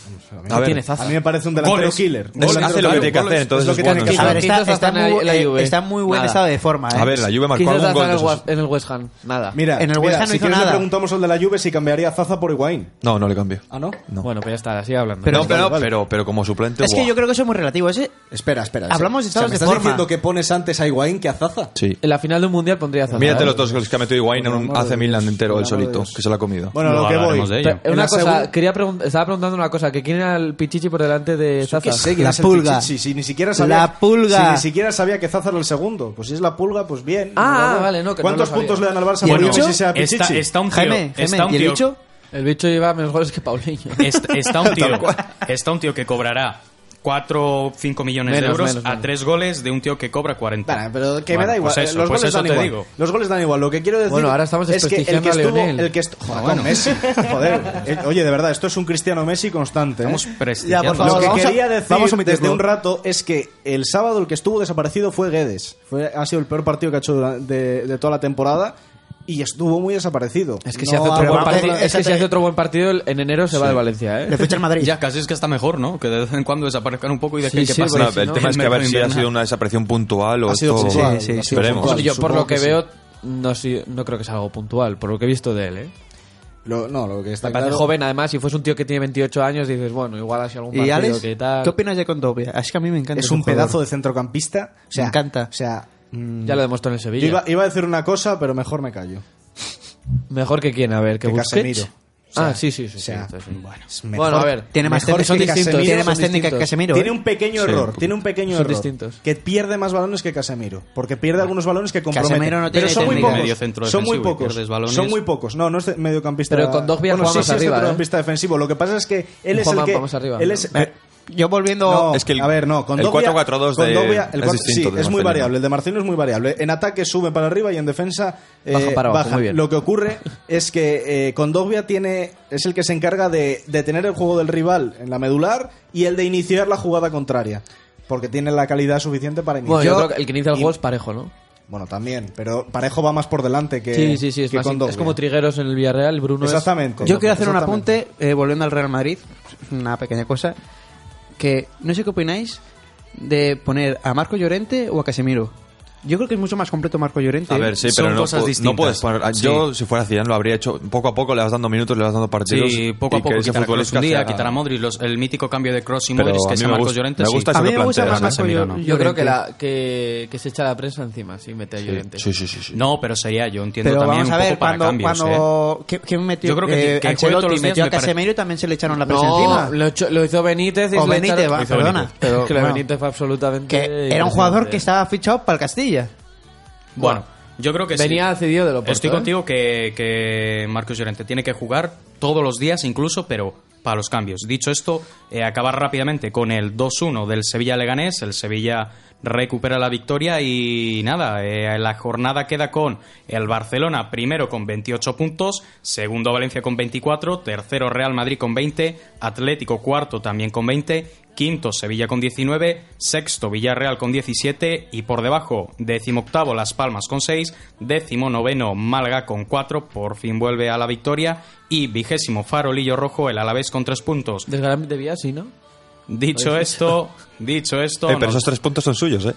D: A ver,
E: tiene
H: A
E: Zaza.
H: mí me parece un delantero
B: Goles.
H: killer.
D: Es- hace lo que tiene que hacer, entonces
H: Es lo que
D: es
H: tiene
D: bueno.
H: que
E: A
F: A ver,
H: hacer.
F: está,
E: Quinto
F: está
E: está en
F: muy,
E: la
F: eh,
E: Juve.
F: está muy buen
E: Nada.
F: estado de forma. ¿eh?
D: A ver, la Juve marcó
E: Quizás
D: algún
E: Zaza
D: gol
E: en
D: de
E: el,
D: esos.
E: Wa- en el West Ham. Nada.
H: Mira,
F: En el
H: mira,
F: West Ham no
H: si
F: hizo
H: quieres le
F: nada.
H: preguntamos al de la Juve si cambiaría a Zaza por Higuaín.
D: No, no le cambió.
H: Ah, ¿no?
D: No.
E: Bueno, pues ya está, sigue hablando.
D: Pero,
E: Pero,
D: no, pero, pero, pero como suplente.
F: es que
D: guau.
F: yo creo que eso es muy relativo. ¿eh? Ese,
H: Espera, espera.
F: Hablamos de
H: O sea,
F: estados
H: ¿Me
F: de
H: estás
F: forma.
H: diciendo que pones antes a Higuaín que a Zaza?
D: Sí.
E: en la final de un mundial pondría a Zaza.
D: Mírate
E: ¿eh?
D: los dos goles que ha metido Higuaín en
H: Por
D: un
H: amor de
D: AC Milan
H: Dios,
D: entero,
H: por
D: él
H: amor de
D: solito,
H: Dios.
D: que se lo ha comido.
H: Bueno,
B: Luego
H: lo que
B: hablaremos de
H: voy.
B: ello.
E: Pero,
H: En
E: una
H: la
E: cosa,
H: segun-
E: quería preguntar, estaba preguntando una cosa, que quién era el Pichichi por delante de
H: Yo
E: Zaza.
H: qué sé, quién
F: La
H: es el
F: pulga.
H: Pichichi, si ni siquiera sabía,
F: La pulga.
H: Si ni siquiera sabía que Zaza era el segundo. Pues si es la pulga, pues bien.
E: Ah,
H: Bueno,
E: ah, vale, no, que no
H: ¿Cuántos
E: lo sabía.
H: puntos le dan al Barça
F: ¿Y el
H: por
F: bicho?
H: que sea
B: está,
H: Pichichi?
B: está un tío,
F: Jaime,
B: está
F: Jaime,
B: un
F: ¿y el
B: tío-
F: bicho?
E: El bicho lleva menos goles que Paulinho.
B: Est- Está un tío, está un tío que cobrará 4 o 5 millones de
E: Menos,
B: euros
E: menos, menos.
B: a 3 goles de un tío que cobra 40.
H: Bueno, pero que me
B: Bueno,
H: da igual. eh,
B: Pues eso,
H: los
B: pues
H: goles
B: eso
H: dan
B: te
H: igual.
B: digo.
H: Los goles dan igual. Lo que quiero decir
E: Bueno, ahora estamos
H: es que el que
E: desprestigiando a
H: estuvo,
E: Lionel.
H: el que estu- Joder, con (laughs) Messi. Joder. Eh, Oye, de verdad, esto es un Cristiano Messi constante. ¿eh?
B: Estamos
F: Ya, por
B: prestigiando.
F: favor,
H: Lo que
F: vamos a-
H: quería decir
F: vamos a omitirlo.
H: desde un rato es que el sábado el que estuvo desaparecido fue Guedes. Fue, ha sido el peor partido que ha hecho dura- de, de toda la temporada y estuvo muy desaparecido.
E: (laughs) Es que,
H: No
E: si hace,
H: ha
E: otro
F: pero
E: buen
H: vuelto-
F: vamos,
E: partido,
F: eh,
E: es que si hace otro buen partido, el- en enero se va de Valencia,
F: Le
E: ¿eh?
F: fecha el Madrid.
B: Ya casi es que está mejor, ¿no? Que de vez en cuando desaparezcan un poco y de
E: Sí,
B: que, que
E: sí,
B: pase.
E: pero
D: No, el tema es que a ver si ha
B: invernal.
D: sido una desaparición puntual o
H: Ha sido
D: esto-
H: puntual,
F: Sí, sí,
H: ha sido
D: Esperemos.
H: puntual,
E: Yo, por
H: supongo
E: lo que
H: sí.
E: veo, no, sé- no creo que sea algo puntual, por lo que he visto de él, ¿eh?
H: Lo- no, lo que está
E: Me parece
H: claro-
E: joven, además, si fuese un tío que tiene 28 años, dices, bueno, igual ha sido algún
F: ¿Y
E: partido
F: Alex?
E: que tal.
F: ¿Qué opinas de Condovia? Es que a mí me encanta.
H: Es
F: ese
H: un
F: jugador.
H: pedazo de centrocampista. O sea,
F: Me encanta.
H: O sea, mm,
E: Ya lo demostró en el
H: yo
E: Sevilla.
H: iba, iba a decir una cosa, pero mejor me callo.
E: Mejor que quién, a ver, que,
H: Que
E: Busquets.
H: Casemiro.
E: ah, sí, sí, sí.
H: O sea,
E: sí, sí, sí.
H: bueno, es
E: Bueno, a ver,
F: Tiene más
H: mejor
F: técnica
H: que
F: que Casemiro.
H: Casemiro,
F: Tiene más
H: son
F: técnica que
E: distintos.
F: Casemiro.
H: Tiene
F: ¿eh?
H: un pequeño error, tiene un pequeño
E: Son
H: error.
E: distintos.
H: Que pierde más balones que Casemiro, porque pierde algunos balones que compromete.
F: Casemiro
H: pero
F: no tiene
H: son muy
F: técnica.
H: pocos.
B: Medio centro
H: son muy
B: defensivo y
H: pocos.
B: pierdes balones.
H: Son muy pocos. No, no es de- mediocampista.
E: Pero con Dogbia
H: bueno,
E: juega
H: sí,
E: más
H: sí,
E: arriba,
H: es
E: ¿eh?
H: centrocampista defensivo. Lo que pasa es que él es
E: Juega
H: el que
E: más arriba.
H: él es
F: Eh, Yo volviendo.
H: no,
D: es que el-
H: a ver, no, con
D: el 4-4-2 de-
H: Condovia, el
D: es
H: cuatro-
D: distinto
H: sí,
D: de
H: es muy
D: Marcelino.
H: variable. El de Marcino es muy variable. En ataque sube para arriba y en defensa eh,
E: Baja para abajo, muy bien.
H: Lo que ocurre es que eh, Condovia tiene es el que se encarga de detener el juego del rival en la medular y el de iniciar la jugada contraria, porque tiene la calidad suficiente para iniciar.
E: Bueno, yo creo que el que inicia el
H: y-
E: juego es parejo, ¿no?
H: Bueno, también, pero Parejo va más por delante que
E: Sí, sí, sí, es,
H: que
E: más,
H: Condovia.
E: es como Trigueros en el Villarreal, Bruno es-
H: Exactamente.
F: Yo quiero hacer un
H: Exactamente.
F: apunte, eh, volviendo al Real Madrid, una pequeña cosa, que no sé qué opináis de poner a Marco Llorente o a Casemiro. Yo creo que es mucho más completo Marco Llorente.
D: A
F: ¿eh?
D: ver, sí,
B: Son
D: pero no,
B: cosas
D: pu- no
B: distintas.
D: puedes poner-
B: Sí.
D: Yo, si fuera Zidane, lo habría hecho poco a poco, le vas dando minutos, le vas dando partidos.
B: Sí, poco a
D: y que
B: poco
D: ese
B: quitar a Kroos
D: futbolista
B: un día,
D: sea-
B: quitar a Modric, los- el mítico cambio de Cross y
D: Pero
B: Modric
D: a
B: que
D: mí
B: sea
D: me
B: Marcos
D: gusta-
B: Llorente.
D: me
B: sí.
D: gusta
F: a
D: eso
F: mí
D: que
F: me gusta
D: plantea,
F: más
D: ¿no?
F: Marco
B: Casemiro,
F: Llor-
B: no.
F: Llorente.
E: Yo creo que, la, que, que se echa la prensa encima si mete a Llorente.
D: Sí, sí, sí. sí.
B: No, pero sería, yo entiendo
F: Pero
B: también
F: vamos a
B: un
F: ver,
B: poco para
F: cuando,
B: cambios, ¿eh?
F: cuando ¿qué- quién metió?
B: Yo creo que-
F: Eh,
B: que juegue todos
F: Ancelotti
B: los días
F: metió a
B: me parece-
F: Casemiro y también se le echaron la presa
E: No,
F: encima.
E: lo, hecho- lo hizo Benítez y
F: O
E: se le
F: Benítez,
E: echaron-
F: va,
B: hizo
F: perdona.
B: Benítez.
E: Pero
F: Pero,
E: es (laughs) que lo de
F: bueno,
E: Benítez fue absolutamente.
F: que era un jugador que estaba fichado para el Castilla.
B: Bueno, yo creo que sí.
E: Venía cedido de lo ¿eh?
B: Estoy contigo que, que Marcos Llorente tiene que jugar todos los días, incluso, pero para los cambios. Dicho esto, eh, acabar rápidamente con el 2-1 del Sevilla Leganés. El Sevilla recupera la victoria y nada, eh, la jornada queda con el Barcelona primero con 28 puntos, segundo Valencia con 24, tercero Real Madrid con 20, Atlético cuarto también con 20. Quinto, Sevilla con 19. Sexto, Villarreal con 17. Y por debajo, decimoctavo, Las Palmas con 6. Décimo noveno, Málaga con 4. Por fin vuelve a la victoria. Y vigésimo, Farolillo Rojo, el Alavés con 3 puntos.
E: Desgarame de Vía, sí, ¿no?
B: Dicho esto, dicho esto...
D: Eh, pero
B: nos-
D: esos tres puntos son suyos, ¿eh?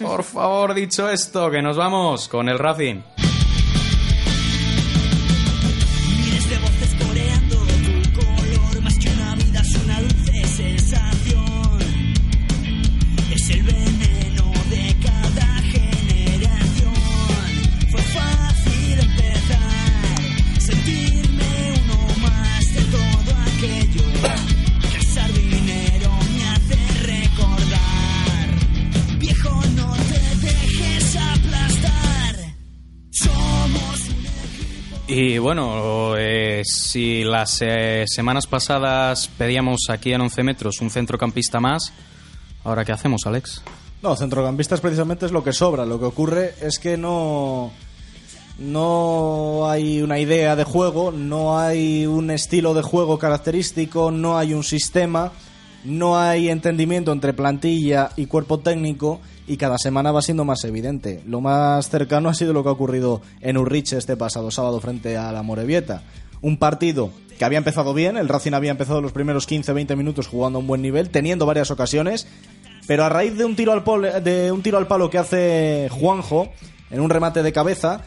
B: Por favor, dicho esto, que nos vamos con el Racing.
G: Miles de voces coreando tu color, más que una vida es una dulce sensación. Es el veneno de cada generación. Fue fácil empezar
B: Y bueno, eh, si las eh, semanas pasadas pedíamos aquí en 11 metros un centrocampista más, ¿ahora qué hacemos, Alex?
H: No, centrocampistas precisamente es lo que sobra. Lo que ocurre es que no. No hay una idea de juego, no hay un estilo de juego característico, no hay un sistema, no hay entendimiento entre plantilla y cuerpo técnico y cada semana va siendo más evidente. Lo más cercano ha sido lo que ha ocurrido en Urriche este pasado sábado frente a la Morevieta. Un partido que había empezado bien, el Racing había empezado los primeros 15-20 minutos jugando a un buen nivel, teniendo varias ocasiones, pero a raíz de un tiro al pol- de un tiro al palo que hace Juanjo en un remate de cabeza,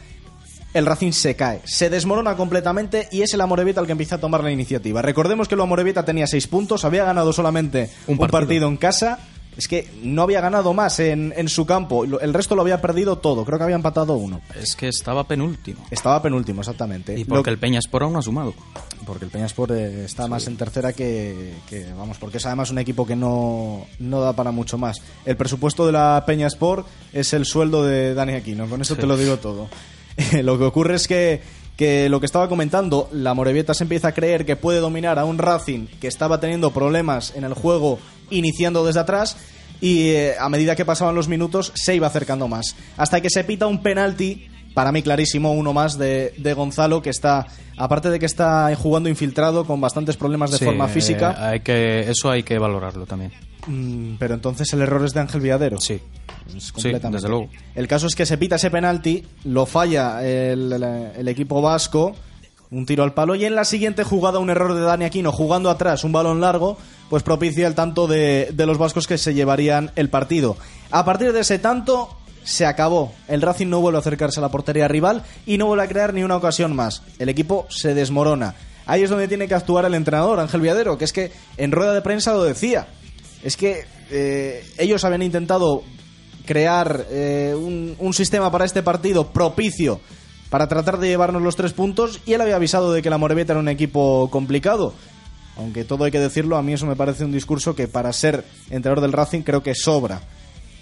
H: el Racing se cae, se desmorona completamente y es el Amorebieta el que empieza a tomar la iniciativa. Recordemos que el Amorebieta tenía 6 puntos, había ganado solamente
B: Un
H: un partido.
B: partido.
H: en casa. Es que no había ganado más en, en su campo, y lo- el resto lo había perdido todo, creo que había empatado uno.
B: Es que estaba penúltimo.
H: Estaba penúltimo, exactamente.
B: Y
H: Eh, Lo-
B: porque el Peñaspor aún no ha sumado.
H: porque el Peñasport eh, está más en tercera que, que, vamos, porque es además un equipo que no, no da para mucho más. El presupuesto de la Peñasport es el sueldo de Dani Aquino, con eso te lo digo todo. (laughs) lo que ocurre es que, que lo que estaba comentando, la Morevieta se empieza a creer que puede dominar a un Racing que estaba teniendo problemas en el juego iniciando desde atrás y eh, a medida que pasaban los minutos se iba acercando más. Hasta que se pita un penalti para mí clarísimo uno más de, de Gonzalo que está aparte de que está jugando infiltrado con bastantes problemas de
B: Sí,
H: forma
B: eh,
H: física
B: hay que, eso hay que valorarlo también.
H: mm, pero entonces el error es de Ángel Viadero
B: Sí.
H: Es
B: Sí,
H: completamente.
B: desde luego.
H: el caso es que se pita ese penalti lo falla el, el- el equipo vasco un tiro al palo y en la siguiente jugada un error de Dani Aquino jugando atrás un balón largo pues propicia el tanto de, de los vascos que se llevarían el partido a partir de ese tanto se acabó. El Racing no vuelve a acercarse a la portería rival y no vuelve a crear ni una ocasión más. El equipo se desmorona. Ahí es donde tiene que actuar el entrenador, Ángel Viadero, que es que en rueda de prensa lo decía. Es que eh, ellos habían intentado crear eh, un, un sistema para este partido propicio para tratar de llevarnos los tres puntos y él había avisado de que la Morevieta era un equipo complicado. Aunque todo hay que decirlo, a mí eso me parece un discurso que para ser entrenador del Racing creo que sobra.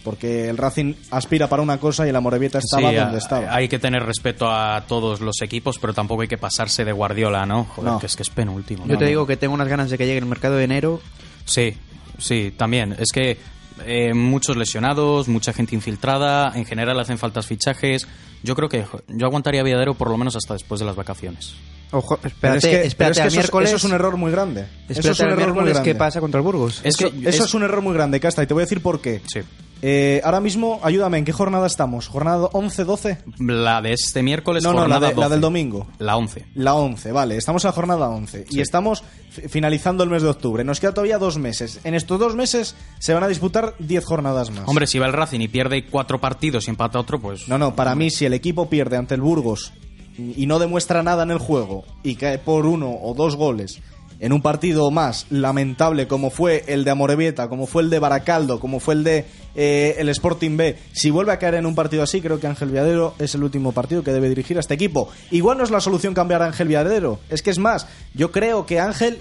H: Porque el Racing aspira para una cosa y la Morevieta estaba
B: Sí,
H: donde
B: a-
H: estaba.
B: Hay que tener respeto a todos los equipos, pero tampoco hay que pasarse de Guardiola, ¿no? Joder,
H: No.
B: que es que es penúltimo.
F: Yo
B: ¿no?
F: te digo que tengo unas ganas de que llegue el mercado de enero.
B: Sí, sí, también. Es que eh, muchos lesionados, mucha gente infiltrada, en general hacen faltas fichajes. Yo creo que jo, yo aguantaría a Viadero por lo menos hasta después de las vacaciones.
F: Ojo,
H: Pero
F: espérate,
H: es que, pero
F: espérate
H: es que
F: a
H: eso, es-
F: miércoles.
H: eso es un error muy grande. Eso
F: espérate
H: es un
F: al
H: error muy
F: miércoles
H: grande.
F: que pasa contra el Burgos.
B: Es que
H: eso, eso es... un error muy grande, Casta, y te voy a decir por qué.
B: Sí.
H: Eh, ahora mismo, ayúdame, ¿en qué jornada estamos? ¿Jornada 11, 12?
B: La de este miércoles
H: No, no, la,
B: jornada
H: de- la
B: 12.
H: del domingo.
B: La 11.
H: La 11, vale, estamos en la jornada 11 y estamos fi- finalizando el mes de octubre. Nos queda todavía dos meses. En estos dos meses se van a disputar 10 jornadas más.
B: Hombre, si va el Racing y pierde cuatro partidos y empata otro, pues
H: No, no, para mí si el equipo pierde ante el Burgos y no demuestra nada en el juego y cae por uno o dos goles en un partido más lamentable como fue el de Amorebieta, como fue el de Baracaldo, como fue el de eh, el Sporting B, si vuelve a caer en un partido así, creo que Ángel Viadero es el último partido que debe dirigir a este equipo. Igual no es la solución cambiar a Ángel Viadero, es que es más, yo creo que Ángel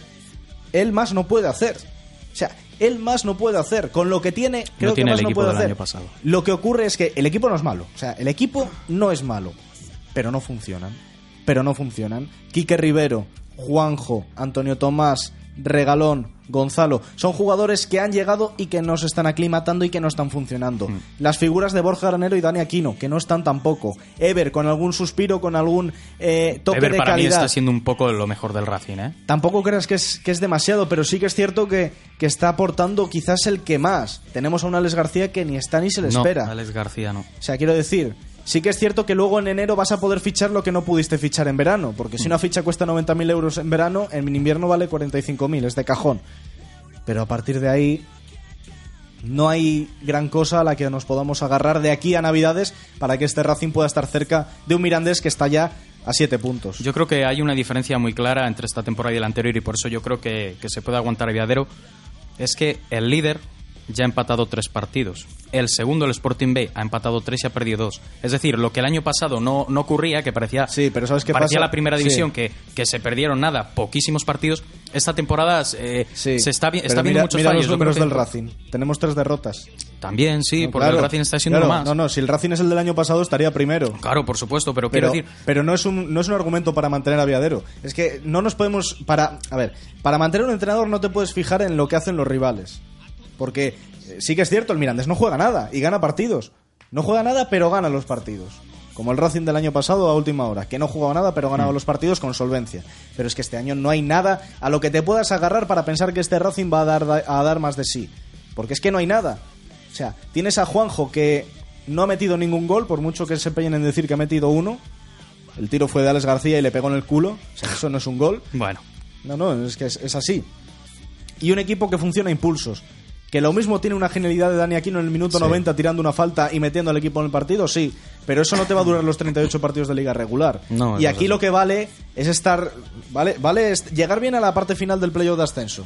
H: él más no puede hacer. O sea, él más no puede hacer. Con lo que tiene, creo
B: tiene
H: que más
B: el
H: no
B: equipo
H: puede
B: del
H: hacer.
B: año pasado.
H: Lo que ocurre es que el equipo no es malo. O sea, el equipo no es malo. Pero no funcionan. Pero no funcionan. Quique Rivero, Juanjo, Antonio Tomás, Regalón, Gonzalo. Son jugadores que han llegado y que no se están aclimatando y que no están funcionando.
B: Hmm.
H: Las figuras de Borja Granero y Dani Aquino, que no están tampoco. Ever, con algún suspiro, con algún eh, toque
B: Ever
H: de
B: para mí
H: calidad.
B: está siendo un poco lo mejor del Racing, ¿eh?
H: Tampoco creas que es, que es demasiado, pero sí que es cierto que, que está aportando quizás el que más. Tenemos a un Alex García que ni está ni se le
B: no,
H: espera.
B: Alex García no.
H: O sea, quiero decir, sí que es cierto que luego en enero vas a poder fichar lo que no pudiste fichar en verano, porque si una ficha cuesta 90.000 euros en verano, en invierno vale 45.000, es de cajón. Pero a partir de ahí no hay gran cosa a la que nos podamos agarrar de aquí a Navidades para que este Racing pueda estar cerca de un Mirandés que está ya a 7 puntos.
B: Yo creo que hay una diferencia muy clara entre esta temporada y la anterior y por eso yo creo que, que se puede aguantar a Viadero. Es que el líder ya ha empatado tres partidos. El segundo, el Sporting B, ha empatado tres y ha perdido dos. Es decir, lo que el año pasado no, no ocurría, que parecía,
H: Sí, pero ¿sabes qué
B: parecía
H: pasa?
B: la primera división,
H: Sí.
B: que, que se perdieron nada, poquísimos partidos. Esta temporada eh,
H: Sí.
B: se está, vi- está
H: Pero
B: viendo
H: mira,
B: muchos
H: mira
B: fallos.
H: los
B: Yo creo
H: números
B: que-
H: del Racing. Tenemos tres derrotas.
B: También, sí,
H: No,
B: porque
H: claro,
B: el Racing está siendo
H: claro.
B: lo más.
H: No, no, si el Racing es el del año pasado estaría primero.
B: Claro, por supuesto, pero,
H: Pero,
B: quiero decir,
H: pero no, es un, no es un argumento para mantener a Viadero. Es que no nos podemos. Para, a ver, para mantener un entrenador no te puedes fijar en lo que hacen los rivales. Porque eh, sí que es cierto, el Mirandés no juega nada y gana partidos. No juega nada, pero gana los partidos. Como el Racing del año pasado a última hora, que no jugaba nada, pero ganaba los partidos con solvencia. Pero es que este año no hay nada a lo que te puedas agarrar para pensar que este Racing va a dar, a dar más de sí. Porque es que no hay nada. O sea, tienes a Juanjo que no ha metido ningún gol, por mucho que se empeñen en decir que ha metido uno. El tiro fue de Alex García y le pegó en el culo. O sea, eso no es un gol.
B: bueno,
H: No, no, es que es, es así. Y un equipo que funciona a impulsos. Que lo mismo tiene una genialidad de Dani Aquino en el minuto 90 tirando una falta y metiendo al equipo en el partido, sí. Pero eso no te va a durar los 38 partidos de liga regular.
B: No,
H: y
B: eso
H: aquí
B: es
H: lo que vale es estar. Vale, vale es llegar bien a la parte final del playoff de ascenso.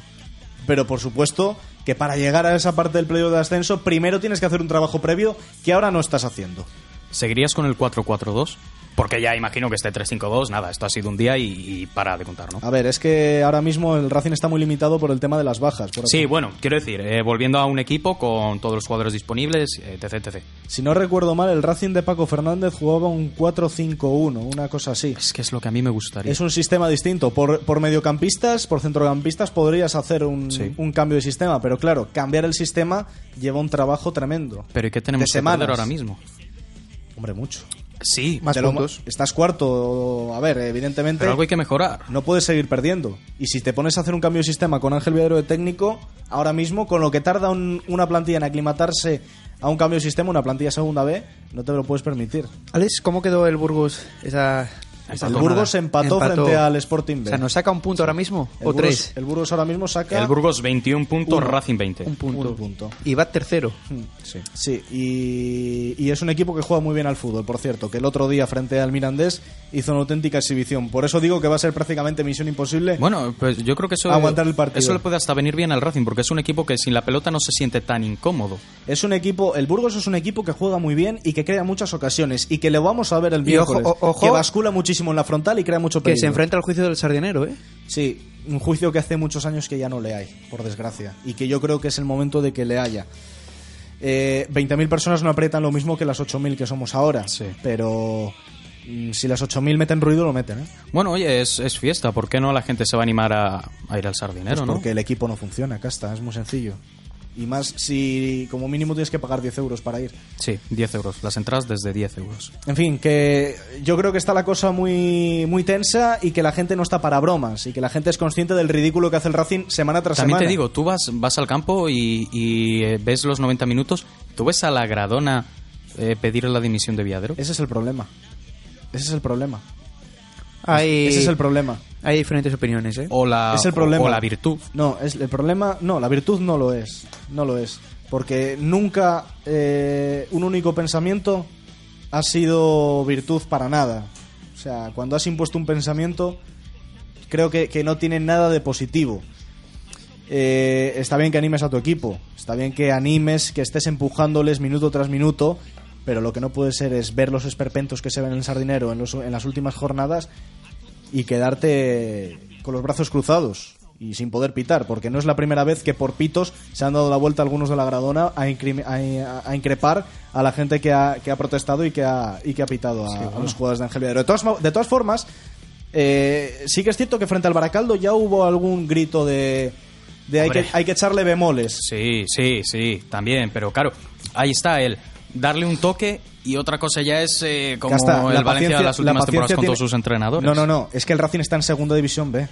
H: Pero por supuesto que para llegar a esa parte del playoff de ascenso, primero tienes que hacer un trabajo previo que ahora no estás haciendo.
B: ¿seguirías con el 4-4-2? Porque ya imagino que este 3-5-2, nada, esto ha sido un día y, y para de contar, ¿no?
H: A ver, es que ahora mismo el Racing está muy limitado por el tema de las bajas. Por
B: Sí, bueno, quiero decir, eh, volviendo a un equipo con todos los jugadores disponibles, eh, etc, etc.
H: Si no recuerdo mal, el Racing de Paco Fernández jugaba un 4-5-1, una cosa así.
B: Es que es lo que a mí me gustaría.
H: Es un sistema distinto. Por, por mediocampistas, por centrocampistas, podrías hacer un,
B: Sí.
H: un cambio de sistema. Pero claro, cambiar el sistema lleva un trabajo tremendo.
B: Pero ¿y qué tenemos
H: de
B: que
H: semanas.
B: perder ahora mismo?
H: Hombre, mucho.
B: Sí,
H: Te lo- Estás cuarto. A ver, evidentemente.
B: pero algo hay que mejorar.
H: No puedes seguir perdiendo. Y si te pones a hacer un cambio de sistema con Ángel Viadero de técnico, ahora mismo, con lo que tarda un- una plantilla en aclimatarse a un cambio de sistema, una plantilla segunda B, no te lo puedes permitir.
F: Alex, ¿cómo quedó el Burgos esa, esa
H: El
F: jornada?
H: Burgos empató, frente al Sporting B.
F: O sea, ¿nos saca un punto ahora mismo?
H: el
F: ¿O
H: Burgos,
F: tres?
H: El Burgos ahora mismo saca.
B: El Burgos 21 puntos,
H: Uno.
B: Racing 20.
F: Un punto.
H: un punto.
F: Y va tercero.
H: Hmm. Sí, y, y es un equipo que juega muy bien al fútbol, por cierto, que el otro día frente al Mirandés hizo una auténtica exhibición. Por eso digo que va a ser prácticamente misión imposible.
B: Bueno, pues yo creo que eso,
H: Aguantar el partido.
B: eso le puede hasta venir bien al Racing, porque es un equipo que sin la pelota no se siente tan incómodo.
H: Es un equipo, el Burgos es un equipo que juega muy bien y que crea muchas ocasiones y que le vamos a ver el
F: Y ojo,
H: miércoles,
F: o- ojo.
H: que bascula muchísimo en la frontal y crea mucho
F: Que
H: peligro.
F: se enfrenta al juicio del sardinero, ¿eh?
H: Sí, un juicio que hace muchos años que ya no le hay, por desgracia, y que yo creo que es el momento de que le haya. Eh, 20.000 personas no aprietan lo mismo que las 8.000 que somos ahora,
B: Sí.
H: pero mm, si las 8.000 meten ruido, lo meten, ¿eh?
B: Bueno, oye, es, es fiesta, ¿por qué no la gente se va a animar a, a ir al sardinero, no?
H: Pues Porque el equipo no funciona, Casta, es muy sencillo. Y más si como mínimo tienes que pagar 10 euros para ir.
B: Sí, 10 euros. Las entradas desde 10 euros.
H: En fin, que yo creo que está la cosa muy, muy tensa y que la gente no está para bromas y que la gente es consciente del ridículo que hace el Racing semana tras
B: También
H: semana.
B: te digo, tú vas, vas al campo y, y, eh, ves los 90 minutos, tú ves a la Gradona eh, pedir la dimisión de Viadero.
H: Ese es el problema. Ese es el problema.
F: Hay,
H: Ese es el problema.
F: hay diferentes opiniones, ¿eh?
B: O la,
H: Es el problema.
B: o la virtud.
H: No, es el problema. No, la virtud no lo es. No lo es. Porque nunca eh, un único pensamiento ha sido virtud para nada. O sea, cuando has impuesto un pensamiento, creo que, que no tiene nada de positivo. Eh, está bien que animes a tu equipo, está bien que animes, que estés empujándoles minuto tras minuto, pero lo que no puede ser es ver los esperpentos que se ven en el sardinero en, los- en las últimas jornadas y quedarte con los brazos cruzados y sin poder pitar, porque no es la primera vez que por pitos se han dado la vuelta algunos de la gradona a, incrim- a- a increpar a la gente que ha, que ha protestado y que ha, y que ha pitado a, a los jugadores de Ángel Viadero. De todas, mo- de todas formas, eh, sí que es cierto que frente al Baracaldo ya hubo algún grito de, de hay,
B: Hombre.
H: que, hay que echarle bemoles.
B: Sí, sí, sí, también. Pero claro, ahí está él. Darle un toque y otra cosa ya es eh, como
H: Ya está,
B: el Valencia
H: paciencia-
B: de las últimas temporadas
H: la paciencia
B: con
H: tiene-
B: todos sus entrenadores.
H: No, no, no. Es que el Racing está en segunda división B.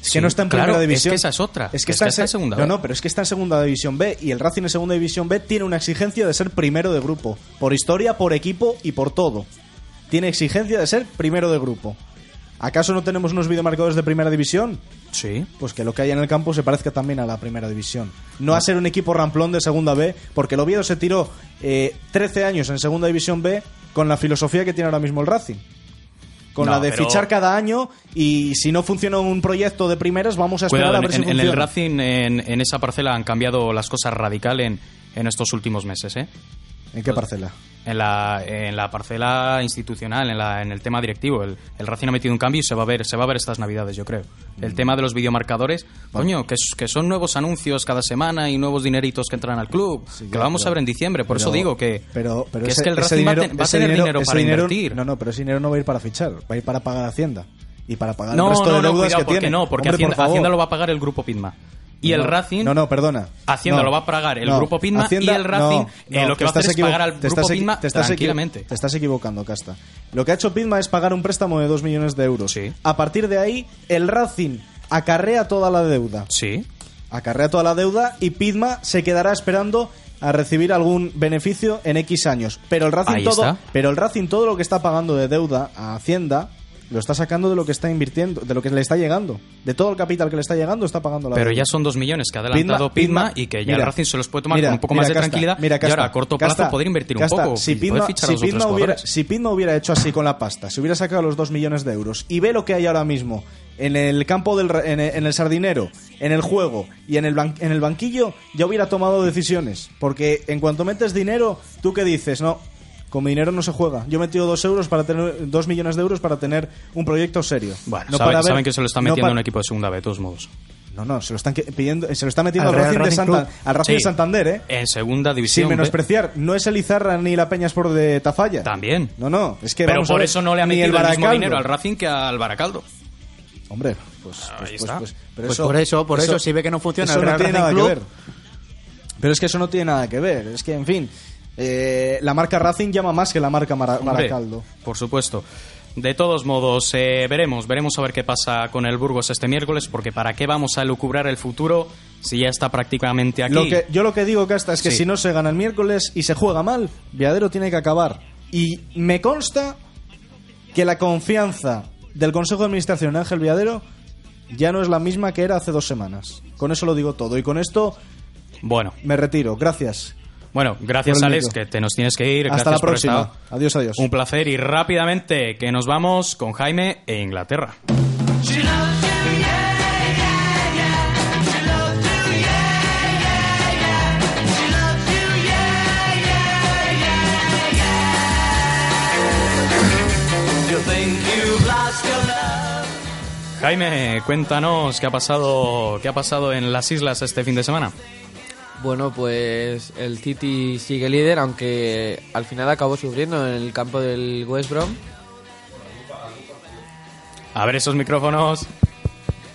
H: Es
B: Sí,
H: que no está en
B: claro,
H: primera
B: es
H: división.
B: que esa es otra.
H: Es que
B: Es
H: está,
B: que está
H: en
B: en segunda
H: No,
B: B.
H: no, pero es que está en segunda división B y el Racing en segunda división B tiene una exigencia de ser primero de grupo. Por historia, por equipo y por todo. Tiene exigencia de ser primero de grupo. ¿Acaso no tenemos unos videomarcadores de primera división?
B: Sí.
H: Pues que lo que hay en el campo se parezca también a la primera división. No a ser un equipo ramplón de segunda B, porque el Oviedo se tiró eh, 13 años en segunda división B con la filosofía que tiene ahora mismo el Racing. con
B: No,
H: la de
B: pero-
H: fichar cada año y si no funciona un proyecto de primeras, vamos a esperar
B: Cuidado,
H: a ver si
B: en, en- en
H: funciona.
B: el Racing, en, en esa parcela, han cambiado las cosas radical en, en estos últimos meses, ¿eh?
H: ¿En qué parcela?
B: En la, en la parcela institucional, en, la- en el tema directivo. El, el Racing ha metido un cambio y se va a ver, se va a ver estas navidades, yo creo.
H: Mm.
B: El tema de los videomarcadores, coño, que, s- que son nuevos anuncios cada semana y nuevos dineritos que entran al club, que lo vamos a ver en diciembre. Por eso
H: Pero-
B: digo que,
H: pero, pero
B: que
H: ese-
B: es que el
H: ese
B: Racing va a ten- va a
H: ese
B: tener dinero
H: ese
B: para invertir.
H: No, no, pero ese dinero no va a ir para fichar, va a ir para pagar Hacienda y para pagar
B: No,
H: el resto
B: no,
H: de
B: no,
H: deudas
B: cuidado,
H: que
B: porque
H: tiene.
B: no, porque
H: Hombre, por
B: Hacienda,
H: favor.
B: Hacienda lo va a pagar el grupo Pitma. Y el
H: No,
B: Racing
H: No, no, perdona.
B: Hacienda
H: No.
B: lo va a pagar el grupo Pitma
H: Hacienda-
B: y el Racing
H: no,
B: eh,
H: no,
B: lo que
H: te
B: va a hacer
H: estás
B: es
H: equivo-
B: pagar al
H: te estás
B: grupo
H: equi-
B: Pitma
H: te estás equi-
B: tranquilamente.
H: Te estás equivocando, Casta. Lo que ha hecho Pitma es pagar un préstamo de 2 millones de euros.
B: Sí.
H: A partir de ahí, el Racing acarrea toda la deuda.
B: Sí.
H: Acarrea toda la deuda y Pitma se quedará esperando a recibir algún beneficio en X años. Pero el Racing
B: Ahí
H: todo,
B: está.
H: pero el Racing todo lo que está pagando de deuda a Hacienda lo está sacando de lo que está invirtiendo, de lo que le está llegando, de todo el capital que le está llegando está pagando la
B: Pero
H: deuda.
B: ya son dos millones que ha adelantado Pitma, y que ya
H: mira,
B: el Racing se los puede tomar
H: mira,
B: con un poco
H: mira,
B: más de
H: Casta,
B: tranquilidad
H: mira,
B: y
H: Casta,
B: ahora a corto
H: Casta,
B: plazo poder invertir
H: Casta,
B: un poco
H: Si
B: y poder
H: Pitma,
B: fichar
H: si
B: a los otros
H: Pitma hubiera,
B: jugadores.
H: si Pitma hubiera hecho así con la pasta, si hubiera sacado los 2 millones de euros y ve lo que hay ahora mismo en el campo del ra- en el, en el sardinero, en el juego y en el ban- en el banquillo, ya hubiera tomado decisiones, porque en cuanto metes dinero, tú qué dices, no. Con mi dinero no se juega. Yo he metido dos euros para tener dos millones de euros para tener un proyecto serio.
B: Bueno,
H: No
B: saben,
H: para ver-
B: saben que se lo está
H: no
B: metiendo
H: para-
B: un equipo de segunda B, de todos modos.
H: No, no, se lo están que- pidiendo, se lo está metiendo
F: Al
H: al,
F: Real
H: Racing, de,
F: Racing
H: Santan-
F: Club.
H: al Racing de
B: Sí.
H: Santander, ¿eh?
B: En segunda división.
H: Sin
B: B.
H: menospreciar, no es el Izarra ni la Peña Sport de Tafalla.
B: También.
H: No, no, es que
B: Pero
H: vamos a
B: por
H: ver,
B: eso no le ha
H: ni
B: metido el, mismo
H: Baracaldo.
B: dinero al Racing que al Baracaldo.
H: Hombre, pues, pues, pues,
B: está.
H: pues, pero
F: Pues por eso, por eso, si ve que no funciona
H: eso
F: el
H: no
F: Real
H: tiene nada
F: Racing
H: que ver.
F: Club,
H: Pero es que eso no tiene nada que ver, es que en fin, eh, la marca Racing llama más que la marca Mara-
B: Hombre,
H: Baracaldo.
B: Por supuesto. De todos modos, eh, veremos, veremos a ver qué pasa con el Burgos este miércoles, porque ¿para qué vamos a lucubrar el futuro si ya está prácticamente aquí?
H: Lo que, yo lo que digo, Casta, es que
B: Sí.
H: si no se gana el miércoles y se juega mal, Viadero tiene que acabar. Y me consta que la confianza del Consejo de Administración en Ángel Viadero ya no es la misma que era hace dos semanas. Con eso lo digo todo. Y con esto
B: Bueno,
H: me retiro. Gracias.
B: bueno, gracias
H: Por el
B: Alex,
H: micro.
B: que te nos tienes que ir.
H: Hasta
B: gracias
H: la
B: por
H: próxima.
B: esta-
H: Adiós, adiós.
B: Un placer y rápidamente que nos vamos con Jaime e Inglaterra. Jaime, cuéntanos qué ha pasado, qué ha pasado en las islas este fin de semana.
E: Bueno, pues el City sigue líder, aunque al final acabó sufriendo en el campo del West Brom.
B: A ver esos micrófonos.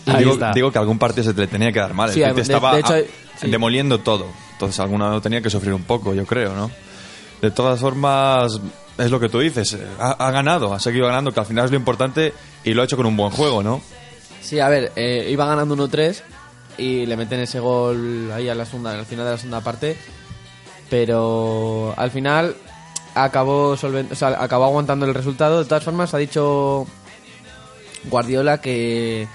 B: Ahí
D: digo,
B: está.
D: digo que algún partido se le tenía que dar mal. El
E: Sí,
D: City
E: de-
D: estaba
E: de hecho,
D: a-
E: sí.
D: demoliendo todo. Entonces, alguna lo tenía que sufrir un poco, yo creo, ¿no? De todas formas, es lo que tú dices. eh, Ha, ha ganado, ha seguido ganando, que al final es lo importante y lo ha hecho con un buen juego, ¿no?
E: Sí, a ver, eh, iba ganando 1-3 y le meten ese gol ahí a la segunda, al final de la segunda parte. Pero al final acabó, solven- o sea, acabó aguantando el resultado. De todas formas, ha dicho Guardiola que,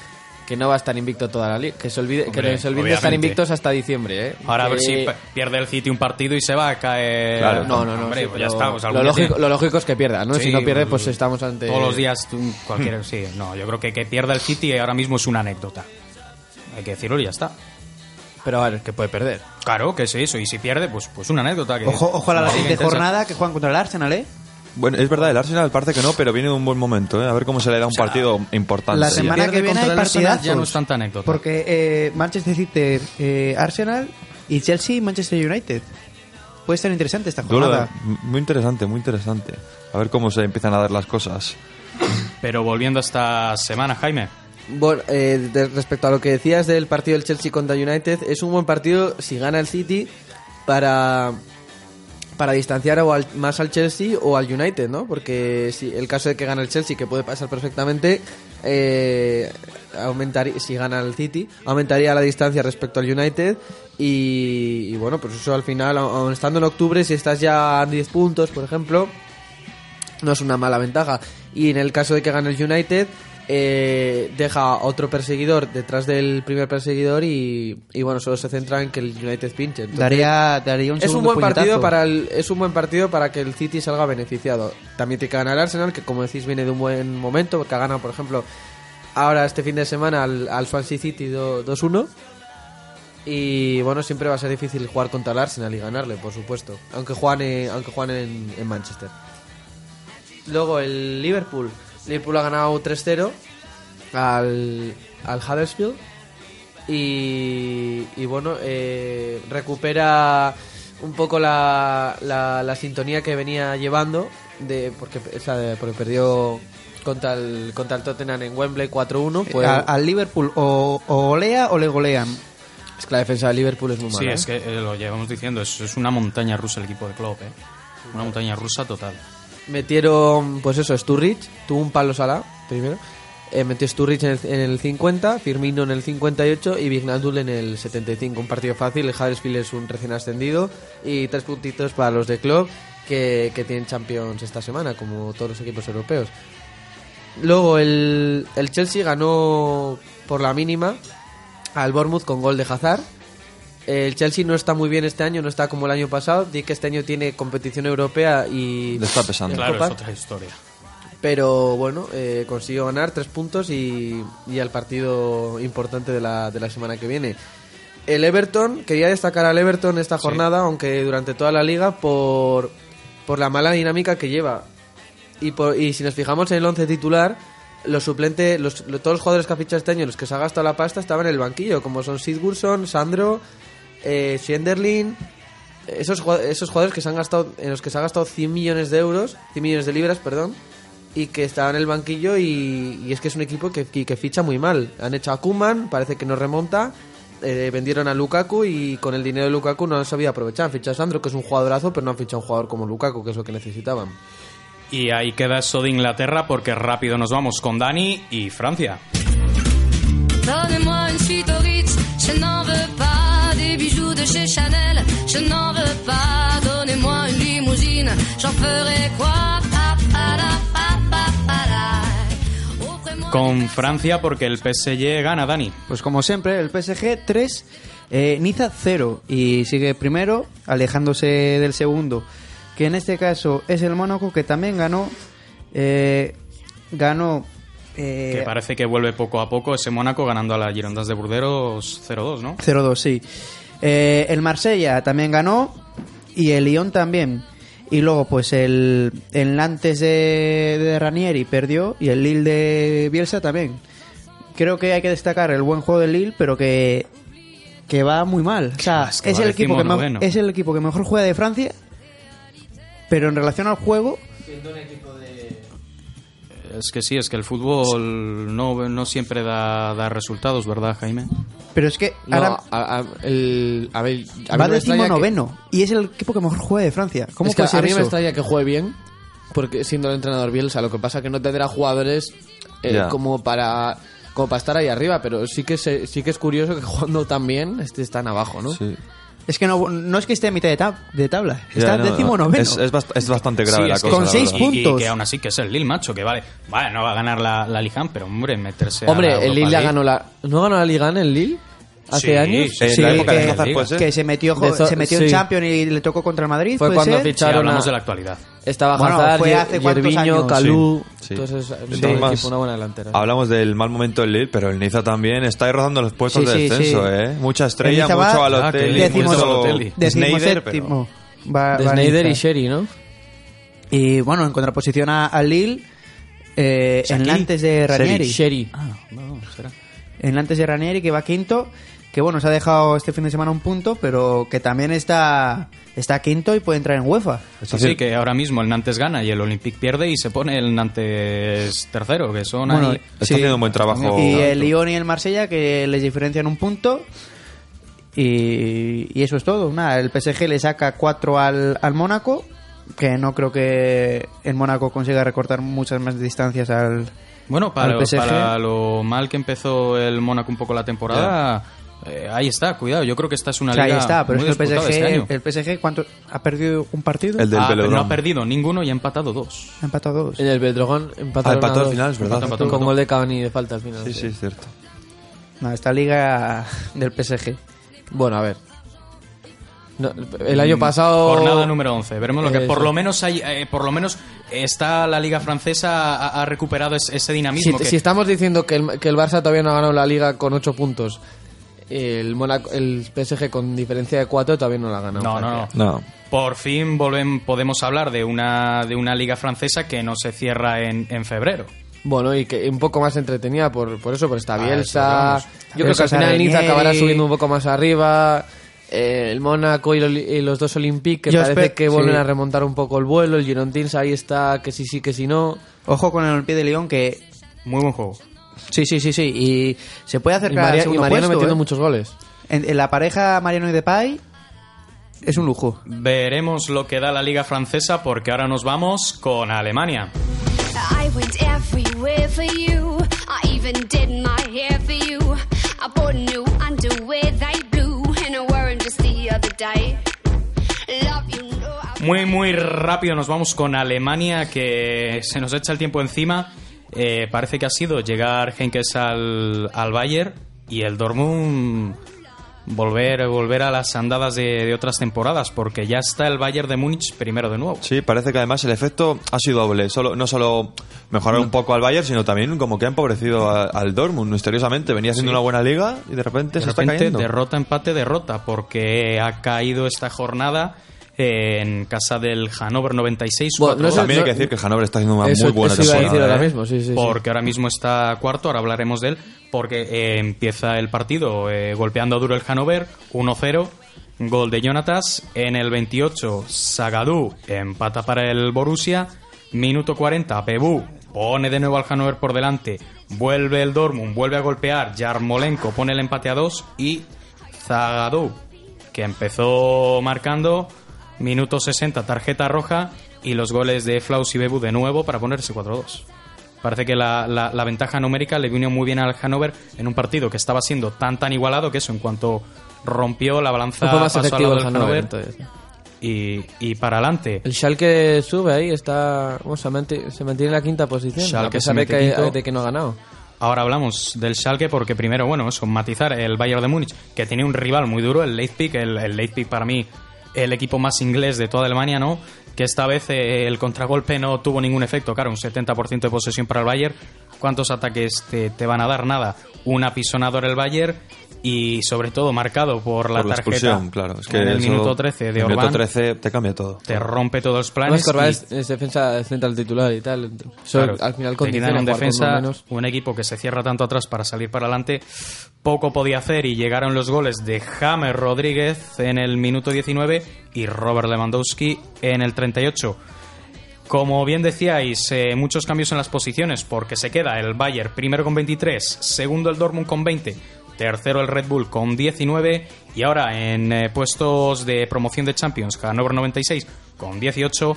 E: que no va a estar invicto toda la liga. Que se olvide,
B: Hombre,
E: que se olvide de estar
B: obviamente.
E: invictos hasta diciembre. ¿eh?
B: Ahora a ver
E: Que-
B: si pe- pierde el City un partido y se va a caer.
D: Claro.
E: No, no, no.
B: Hombre,
E: sí,
B: pues ya
E: pero
B: está. pues algún
E: lo,
B: día
E: lógico,
B: tiene-
E: lo lógico es que pierda, ¿no? si
B: Sí,
E: no pierde,
B: pues,
E: pues estamos ante.
B: Todos los días, tú, cualquiera, sí. No, yo creo que que pierda el City ahora mismo es una anécdota. Hay que decirlo y ya está.
E: Pero a ver, que puede perder.
B: Claro que es eso. Y si pierde, pues, pues una anécdota. Que,
F: ojo, ojo a la
B: Una
F: siguiente
B: liga intensa.
F: jornada que juegan contra el Arsenal, ¿eh?
D: Bueno, es verdad, el Arsenal parece que no, pero viene de un buen momento, ¿eh? A ver cómo se le da un partido importante.
F: La
D: ya.
F: semana
B: pierde
F: que viene hay
B: contra el Arsenal,
F: partidazos.
B: ya no es tanta anécdota.
F: Porque eh, Manchester City, eh, Arsenal y Chelsea, Manchester United. Puede estar interesante esta
D: Duelo de-
F: jornada.
D: ¿eh? muy interesante, muy interesante. A ver cómo se empiezan a dar las cosas.
B: Pero volviendo a esta semana, Jaime.
E: Bueno, eh, de- respecto a lo que decías del partido del Chelsea contra United, es un buen partido si gana el City para, para distanciar o al- más al Chelsea o al United, ¿no? Porque si el caso de que gana el Chelsea, que puede pasar perfectamente, eh, aumentaría, si gana el City, aumentaría la distancia respecto al United. Y, y bueno, pues eso al final, aun estando en octubre, si estás ya a 10 puntos, por ejemplo, no es una mala ventaja. Y en el caso de que gane el United, eh, deja a otro perseguidor detrás del primer perseguidor y, y, bueno, solo se centra en que el United pinche. Entonces,
F: daría, daría un
E: es un
F: segundo
E: buen partido
F: puñetazo.
E: para el, es un buen partido para que el City salga beneficiado. También tiene que ganar el Arsenal, que como decís viene de un buen momento, que ha ganado, por ejemplo, ahora este fin de semana al, al Swansea City do- 2-1. Y bueno, siempre va a ser difícil jugar contra el Arsenal y ganarle, por supuesto. Aunque juegan, eh, aunque juegan en, en Manchester. Luego el Liverpool. Liverpool ha ganado 3-0 al, al Huddersfield. Y, y bueno, eh, recupera un poco la, la, la sintonía que venía llevando. De, porque, o sea, de- porque perdió contra el, contra el Tottenham en Wembley 4-1. Pues,
F: A- al Liverpool o, o olea o le golean.
E: es que la defensa de Liverpool es muy mala.
B: Sí,
E: ¿eh?
B: es que eh, lo llevamos diciendo, es, es una montaña rusa el equipo de Klopp, ¿eh? Una montaña rusa total.
E: Metieron, pues eso, Sturridge, tuvo un palo Salah primero. Eh, metió Sturridge en el, en el 50, Firmino en el 58 y Vignaldul en el 75. Un partido fácil, el Huddersfield es un recién ascendido y tres puntitos para los de club que, que tienen Champions esta semana, como todos los equipos europeos. Luego el, el Chelsea ganó por la mínima al Bournemouth con gol de Hazard. El Chelsea no está muy bien este año, no está como el año pasado. Di que este año tiene competición europea y
D: Le está pesando.
B: Claro,
E: Copa.
B: es otra historia.
E: pero bueno, eh, consiguió ganar tres puntos y, y al partido importante de la, de la semana que viene. El Everton, quería destacar al Everton esta jornada, aunque durante toda la liga, por, por la mala dinámica que lleva. Y, por- y si nos fijamos en el once titular, los suplentes, los, lo- todos los jugadores que ha fichado este año, los que se ha gastado la pasta, estaban en el banquillo, como son Sidgurson, Sandro, eh, Schenderlin, esos, jua- esos jugadores que se han gastado, en los que se ha gastado 100 millones de euros, 100 millones de libras, perdón, y que estaban en el banquillo y, y es que es un equipo que, que- que ficha muy mal. Han hecho a Kuman, parece que no remonta, eh, vendieron a Lukaku y con el dinero de Lukaku no han sabido aprovechar. Han fichado a Sandro, que es un jugadorazo, pero no han fichado a un jugador como Lukaku, que es lo que necesitaban.
B: Y ahí queda eso de Inglaterra porque rápido nos vamos con Dani y Francia.
I: Donnez-moi une suite au Ritz, je n'en veux pas des bijoux de chez Chanel, je n'en veux pas. Donnez-moi une limousine, j'en ferai quoi Pa, pa, la, pa, pa, pa, la. Offrez-moi une
B: Con
I: personne-
B: Francia porque el PSG gana, Dani.
F: Pues como siempre, el PSG 3, eh, Niza 0 y sigue primero, alejándose del segundo, que en este caso es el Mónaco que también ganó, eh, ganó... eh,
B: Que parece que vuelve poco a poco ese Mónaco ganando a la Girondas de Burdeos 0-2, ¿no?
F: 0-2, sí. Eh, el Marsella también ganó y el Lyon también. Y luego, pues el, el Nantes de, de Ranieri perdió y el Lille de Bielsa también. Creo que hay que destacar el buen juego del Lille, pero que, que va muy mal. O sea,
B: Es
F: es,
B: que va
F: el equipo que me-
B: decimonoveno.
F: es el equipo que mejor juega de Francia, pero en relación al juego,
B: Es que sí, es que el fútbol no, no siempre da, da resultados, ¿verdad, Jaime?
F: pero es que
E: No,
F: ahora
E: a, a- el, a ver, a mí
F: va
E: me extraña que-
F: decimonoveno y es el equipo que mejor juega de Francia. ¿Cómo
E: es que
F: puede ser
E: a mí me
F: eso?
E: extraña que juegue bien, porque siendo el entrenador Bielsa, lo que pasa que no tendrá jugadores eh,
D: Ya.
E: como para como para estar ahí arriba, pero sí que se- sí que es curioso que jugando tan bien este están abajo, ¿no?
D: Sí.
F: Es que no, no es que esté a mitad de, tab- de tabla, está
D: Ya, no,
F: décimo
D: no,
F: noveno.
D: Es, es bast- es bastante grave
B: Sí,
D: la
B: es que-
D: cosa.
F: Con
D: la
F: seis
D: verdad.
B: y- y
F: puntos.
B: que aún así que es el Lille, macho, que vale, vale, no va a ganar la, la Lijan, pero hombre, meterse a la
E: Hombre, el
B: Europa
E: Lille ya
B: League.
E: ganó la no ganó la Liga en el Lille hace
B: Sí,
E: años.
B: sí,
D: En
F: Sí,
D: la época
F: que-
D: de Hazard, pues, ¿eh? puede ser.
F: que se metió, jo-
E: De so-
F: se metió en
E: sí.
F: Champions y le tocó contra el Madrid.
E: Fue
F: ¿puede
E: cuando
F: ser?
B: Sí,
E: ficharon
B: hablamos
E: a-
B: de la actualidad.
E: Estaba
F: Bueno,
E: Hazard,
F: fue
E: Yer-
F: hace cuántos
E: Yervinho,
F: años.
E: Calú,
D: Sí.
E: todos esos- todo
D: Sí.
E: el equipo,
D: Además,
E: una buena delantera.
D: Hablamos del mal momento del Lille, pero el Niza también está rozando los puestos
F: Sí,
D: de
F: sí,
D: descenso,
F: sí.
D: ¿eh? Mucha
F: El
D: estrella,
F: Niza va-
D: mucho
B: Ah,
D: Balotelli,
B: que
F: Décimo-
D: mucho
B: Balotelli.
F: décimo
D: Snyder, pero-
F: séptimo. Va-
E: de
F: va
E: Snyder y
F: Niza.
E: Sherry, ¿no?
F: Y bueno, en contraposición a, a Lille, eh, en Nantes de Ranieri. Ah,
E: Sherry.
F: En Nantes de Ranieri, que va quinto. Que bueno, se ha dejado este fin de semana un punto, pero que también está, está quinto y puede entrar en UEFA.
D: Es
B: Sí,
D: decir,
B: que ahora mismo el Nantes gana y el Olympique pierde y se pone el Nantes tercero, que son
F: Bueno,
B: ahí-
D: Está haciendo un buen trabajo.
F: Y el Lyon y el Marsella que les diferencian un punto. Y, y eso es todo. Nada, el PSG le saca 4 al, al Mónaco, que no creo que el Mónaco consiga recortar muchas más distancias al...
B: Bueno, para,
F: al PSG.
B: para lo mal que empezó el Mónaco un poco la temporada, Eh, ahí está, cuidado. Yo creo que esta es una
F: O sea, ahí
B: liga
F: está, pero
B: muy
F: es que el
B: disputada
F: PSG,
B: este año.
F: el PSG ¿cuánto, ha perdido un partido,
D: El del
B: Ah, pero
D: pelotón.
B: no ha perdido ninguno y ha empatado dos.
F: ha empatado dos.
E: En el Beldrogón empataron
D: Ah, empató
E: a
D: al
E: dos.
D: final, es verdad.
E: Empató,
B: Empató,
E: con
B: empató.
E: gol de Cavani de falta al final.
D: Sí, sí, es cierto.
F: No, esta liga del PSG.
E: Bueno, a ver. No, el año pasado...
B: Mm, Jornada número 11. Veremos lo que por
E: Eso.
B: lo menos hay, eh, por lo menos está la liga francesa ha, ha recuperado es- ese
E: Si,
B: dinamismo. que-
E: si estamos diciendo que el, que el Barça todavía no ha ganado la liga con 8 puntos, el, Mónaco- el PSG con diferencia de 4 todavía no la ha ganado.
B: No, no, no.
D: No.
B: Por fin volven, podemos hablar de una de una liga francesa que no se cierra en, en febrero.
E: Bueno, y que un poco más entretenida por, por eso, por esta
B: Ah, eso
E: Bielsa.
F: vamos.
E: Yo creo que
F: Bielsa,
E: al final el Niza
F: Ranieri.
E: acabará subiendo un poco más arriba. eh, el Mónaco y, lo- y los dos Olympique que
F: Yo
E: parece
F: espe-
E: que vuelven
F: sí.
E: a remontar un poco el vuelo. El Girondins ahí está, que sí, sí, que sí, no.
F: Ojo con el Olympique de Lyon que
B: Muy buen juego.
F: sí, sí, sí, sí, y se puede
E: Y,
F: acercar al
E: Maria- y
F: segundo
E: Mariano
F: puesto,
E: metiendo
F: ¿eh?
E: muchos goles.
F: En- en la pareja Mariano y Depay es un lujo.
B: Veremos lo que da la liga francesa porque ahora nos vamos con Alemania.
J: I went everywhere for you. I even did my hair for you. I bought new underwear, they blue, and I wore 'em just the other day. Love you, know I
B: Muy, muy rápido nos vamos con Alemania, que se nos echa el tiempo encima. Eh, parece que ha sido llegar Henkes al, al Bayern y el Dortmund volver, volver a las andadas de, de otras temporadas, porque ya está el Bayern de Múnich primero de nuevo.
D: Sí, parece que además el efecto ha sido doble. Solo, no solo mejorar un poco al Bayern, sino también como que ha empobrecido a- al Dortmund, misteriosamente. Venía siendo una buena liga y de repente
B: De
D: se
B: repente,
D: está cayendo.
B: derrota, empate, derrota, porque ha caído esta jornada en casa del Hannover 96.
E: Bueno,
B: cuatro
E: no sé-
B: goles.
D: También hay que decir que el Hannover está haciendo una
E: eso
D: muy buena
E: eso iba a
D: temporada.
E: decir ahora
D: ¿eh?
E: mismo, sí, sí, sí.
B: porque ahora mismo está cuarto, ahora hablaremos de él, porque eh, empieza el partido eh, golpeando duro el Hannover, 1-0, gol de Jonatas, en el 28 Sagadú empata para el Borussia, minuto 40 Pebú pone de nuevo al Hannover por delante, vuelve el Dortmund, vuelve a golpear, Yarmolenko pone el empate a 2 y Zagadou, que empezó marcando, minuto 60, tarjeta roja y los goles de Flaus y Bebu de nuevo para ponerse 4-2. Parece que la, la- la ventaja numérica le vino muy bien al Hannover en un partido que estaba siendo tan tan igualado que eso, en cuanto rompió la balanza,
E: Fue más
B: pasó al
E: efectivo
B: lado
E: el
B: del
E: Hannover.
B: Hannover
E: entonces.
B: y, y para adelante.
E: El Schalke sube ahí, está, bueno, se, manti- se mantiene en la quinta posición,
B: Schalke
E: a pesar
B: se
E: de
B: mete
E: que,
B: quinto.
E: de que no ha ganado.
B: Ahora hablamos del Schalke porque primero, bueno, eso, matizar el Bayern de Múnich, que tiene un rival muy duro, el Leipzig, el, el Leipzig para mí el equipo más inglés de toda Alemania, ¿no? Que esta vez eh, el contragolpe no tuvo ningún efecto, claro, un 70% de posesión para el Bayern. ¿Cuántos ataques te, te van a dar? Nada. Un apisonador el Bayern y sobre todo marcado por la
D: Por la
B: tarjeta
D: expulsión, claro. Es que
B: en el
D: eso-
B: minuto 13 de
D: el
B: Orbán.
D: minuto 13 te cambia todo.
B: Te rompe todos los planes.
E: Además, Corval
B: y-
E: es, es defensa central titular y tal. Eso
B: Claro,
E: al final
B: te quitan
E: condiciona
B: en
E: jugar con uno
B: defensa
E: menos.
B: un equipo que se cierra tanto atrás para salir para adelante poco podía hacer y llegaron los goles de James Rodríguez en el minuto 19 y Robert Lewandowski en el 38 como bien decíais, eh, muchos cambios en las posiciones porque se queda el Bayern primero con 23, segundo el Dortmund con 20, tercero el Red Bull con 19 y ahora en eh, puestos de promoción de Champions, Hannover 96 con 18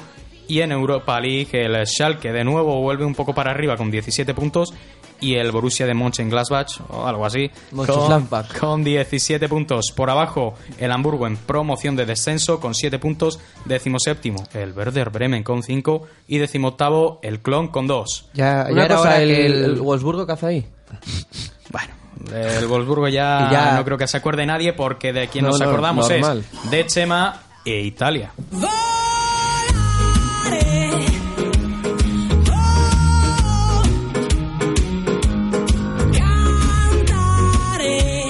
B: y en Europa League el Schalke de nuevo vuelve un poco para arriba con 17 puntos y el Borussia de Mönchengladbach o algo así con,
E: Mönchengladbach.
B: con 17 puntos. Por abajo, el Hamburgo en promoción de descenso con 7 puntos. Décimo séptimo, el Werder Bremen con 5. Y décimo octavo, el Clon con 2.
F: Ya,
E: Una
F: ya era
E: cosa,
F: hora
E: el,
F: que el-
E: el Wolfsburgo que hace ahí.
B: Bueno, el Wolfsburgo ya,
F: Y ya-
B: no creo que se acuerde nadie porque de quien
E: No,
B: nos
E: no,
B: acordamos
E: normal.
B: es de Chema e Italia.
G: Cantaré.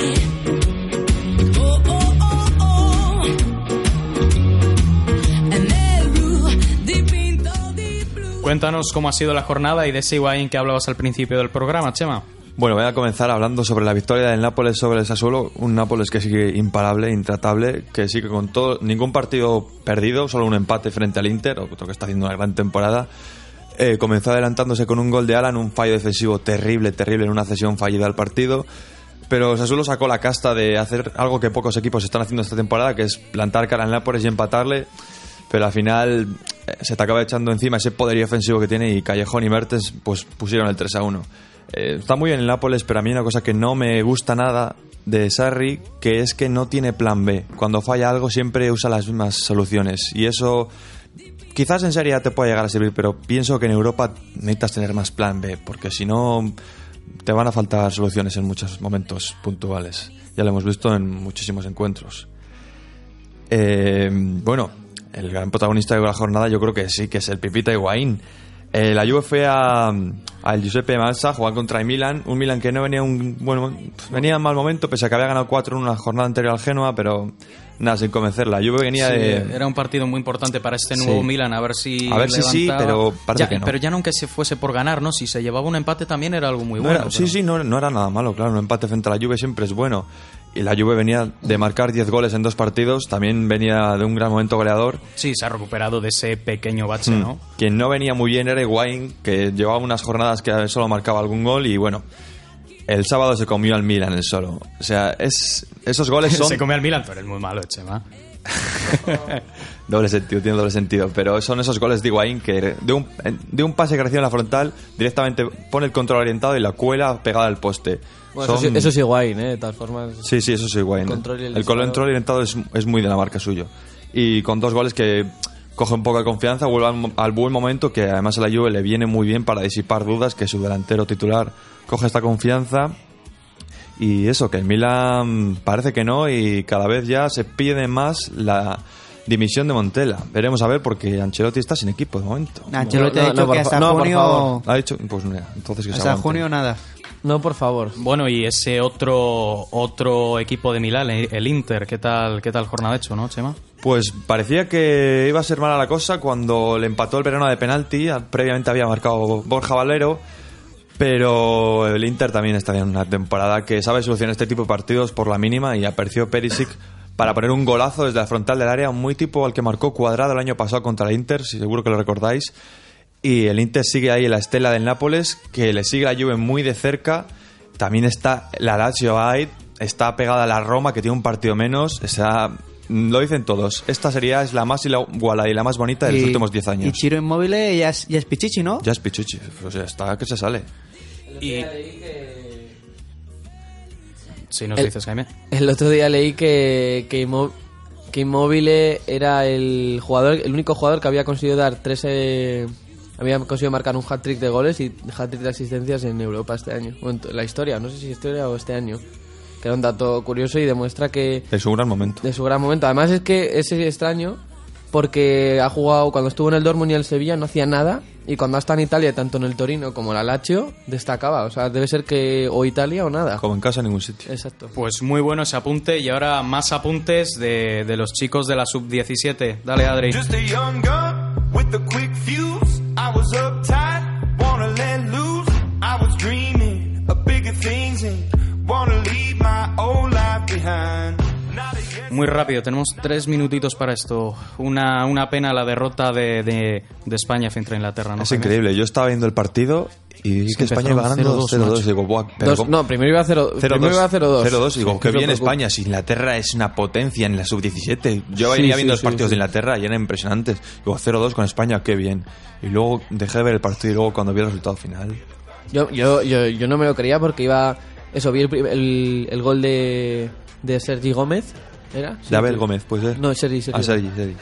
G: Oh, oh, oh, oh. Nel blu dipinto di blu.
B: Cuéntanos cómo ha sido la jornada y de ese Higuaín que hablabas al principio del programa, Chema.
D: Bueno, voy a comenzar hablando sobre la victoria del Nápoles sobre el Sassuolo, un Nápoles que sigue imparable, intratable, que sigue con todo, ningún partido perdido, solo un empate frente al Inter, otro que está haciendo una gran temporada. Eh, comenzó adelantándose con un gol de Alan, un fallo defensivo terrible, terrible en una cesión fallida al partido. Pero Sassuolo sacó la casta de hacer algo que pocos equipos están haciendo esta temporada, que es plantar cara al Nápoles y empatarle. Pero al final eh, se te acaba echando encima ese poderío ofensivo que tiene y Callejón y Mertens pues pusieron el 3 a 1. Eh, está muy bien el Nápoles, pero a mí una cosa que no me gusta nada de Sarri que es que no tiene plan B. Cuando falla algo siempre usa las mismas soluciones y eso quizás en Serie A te pueda llegar a servir, pero pienso que en Europa necesitas tener más plan B porque si no te van a faltar soluciones en muchos momentos puntuales. Ya lo hemos visto en muchísimos encuentros. Eh, bueno, el gran protagonista de la jornada yo creo que sí, que es el Pipita Higuaín. Eh, la Juve fue a- al Giuseppe Mazza a jugar contra el Milan, un Milan que no venía un bueno, venía en mal momento, pese a que había ganado 4 en una jornada anterior al Genoa, pero nada, sin convencer. La Juve venía
B: Sí,
D: de...
B: Era un partido muy importante para este nuevo
D: eh, Sí.
B: Milan, a ver si.
D: A ver si sí,
B: levantaba.
D: pero parece
B: Ya,
D: que no.
B: Pero ya no aunque se fuese por ganar, ¿no? Si se llevaba un empate también era algo muy
D: No
B: bueno.
D: era- Sí,
B: pero-
D: sí, no, no era nada malo, claro. Un empate frente a la Juve siempre es bueno. Y la Juve venía de marcar 10 goles en dos partidos, también venía de un gran momento goleador.
B: Sí, se ha recuperado de ese pequeño
E: Hmm.
B: bache,
E: (laughs)
B: ¿no?
D: Quien no venía muy bien era Higuaín, que llevaba unas jornadas que solo marcaba algún gol y bueno, el sábado se comió al Milan el solo. O sea, es,
B: (laughs)
D: esos goles son...
B: Se come al Milan, pero es muy malo, Chema.
D: Doble sentido, tiene doble sentido. Pero son esos goles de Higuaín que de un, de un pase que recibe en la frontal, directamente pone el control orientado y la cuela pegada al poste.
E: Bueno, eso,
D: Son-
E: sí, eso sí, guay, ¿eh? De todas formas.
D: Sí, sí, eso es igual. ¿no?
E: Control y el
D: el control
E: disparo.
D: orientado es, es muy de la marca suyo. Y con dos goles que coge un poco de confianza, vuelve al, mo- al buen momento, que además a la Juve le viene muy bien para disipar dudas, que su delantero titular coge esta confianza. Y eso, que el Milan parece que no y cada vez ya se pide más la dimisión de Montella. Veremos a ver porque Ancelotti está sin equipo de momento.
F: Ancelotti
E: No, no,
F: ha dicho
E: no, por
F: que
E: fa-
F: hasta
E: Ah, no, por
F: junio...
E: favor.
D: Ha dicho, pues mira, entonces que se
F: Hasta
D: aguante.
F: junio nada.
E: No, por favor.
B: Bueno, y ese otro otro equipo de Milán, eh, el Inter, ¿qué tal qué tal jornada ha hecho, no, Chema?
D: Pues parecía que iba a ser mala la cosa cuando le empató el verano de penalti. Previamente había marcado Borja Valero. Pero el Inter también está en una temporada que sabe solucionar este tipo de partidos por la mínima y apareció Perisic para poner un golazo desde la frontal del área, muy tipo al que marcó Cuadrado el año pasado contra el Inter, si seguro que lo recordáis. Y el Inter sigue ahí en la estela del Nápoles, que le sigue la Juve muy de cerca. También está la Lazio ahí, está pegada a la Roma, que tiene un partido menos. O sea, lo dicen todos. Esta sería es la más igualada y la más bonita de los
F: Y-
D: últimos 10
F: Y
D: años.
F: Chiro Inmóvil eh, ya es, ya es pichichi, ¿no?
D: Ya es Pichichi, o sea, está que se sale.
B: Y... Si nos
E: El-
B: dices, Jaime.
E: El otro día leí que, que, Inmo- que Immobile era el jugador, el único jugador que había conseguido dar tres eh, había conseguido marcar un hat-trick de goles y hat-trick de asistencias en Europa este año. O en t- la historia, no sé si historia o este año. Que era un dato curioso y demuestra que
D: Es un gran momento.
E: de su gran momento. Además es que es extraño porque ha jugado cuando estuvo en el Dortmund y el Sevilla no hacía nada y cuando ha estado en Italia tanto en el Torino como en la Lazio destacaba, o sea, debe ser que o Italia o nada.
D: Como en casa en ningún sitio.
E: Exacto.
B: Pues muy bueno ese apunte y ahora más apuntes de, de los chicos de la sub-17. Dale, Adri.
K: Just a young gun with a quick fuse. I was uptight, wanna let loose. I was dreaming of bigger things and wanna leave my old life behind. Not a yes-
B: Muy rápido, tenemos tres minutitos para esto. Una, una pena la derrota de, de, de España frente a Inglaterra, ¿no?
D: Es
B: Jaime?
D: increíble. Yo estaba viendo el partido y vi que España iba ganando
B: empezaron 0-2,
D: 0-2. Digo, buah, pero
E: Dos-
D: ¿cómo?
E: no, primero iba a 0 primero iba a 0-2.
D: 0-2. Digo, qué
E: Que
D: bien
E: no
D: España. Si Inglaterra es una potencia en la sub-17. Yo venía
E: sí,
D: viendo los
E: sí,
D: partidos de
E: sí.
D: Inglaterra y eran impresionantes. Digo, 0-2 con España, qué bien. Y luego dejé de ver el partido y luego cuando vi el resultado final.
E: Yo, yo, yo, yo no me lo creía porque iba. Eso, vi el, prim- el, el gol de, de Sergi Gómez. ¿Era? Sí,
D: De Abel
E: sí.
D: Gómez, puede ser.
E: No, Sergi, Sergi.
D: Ah, Sergi, Sergi.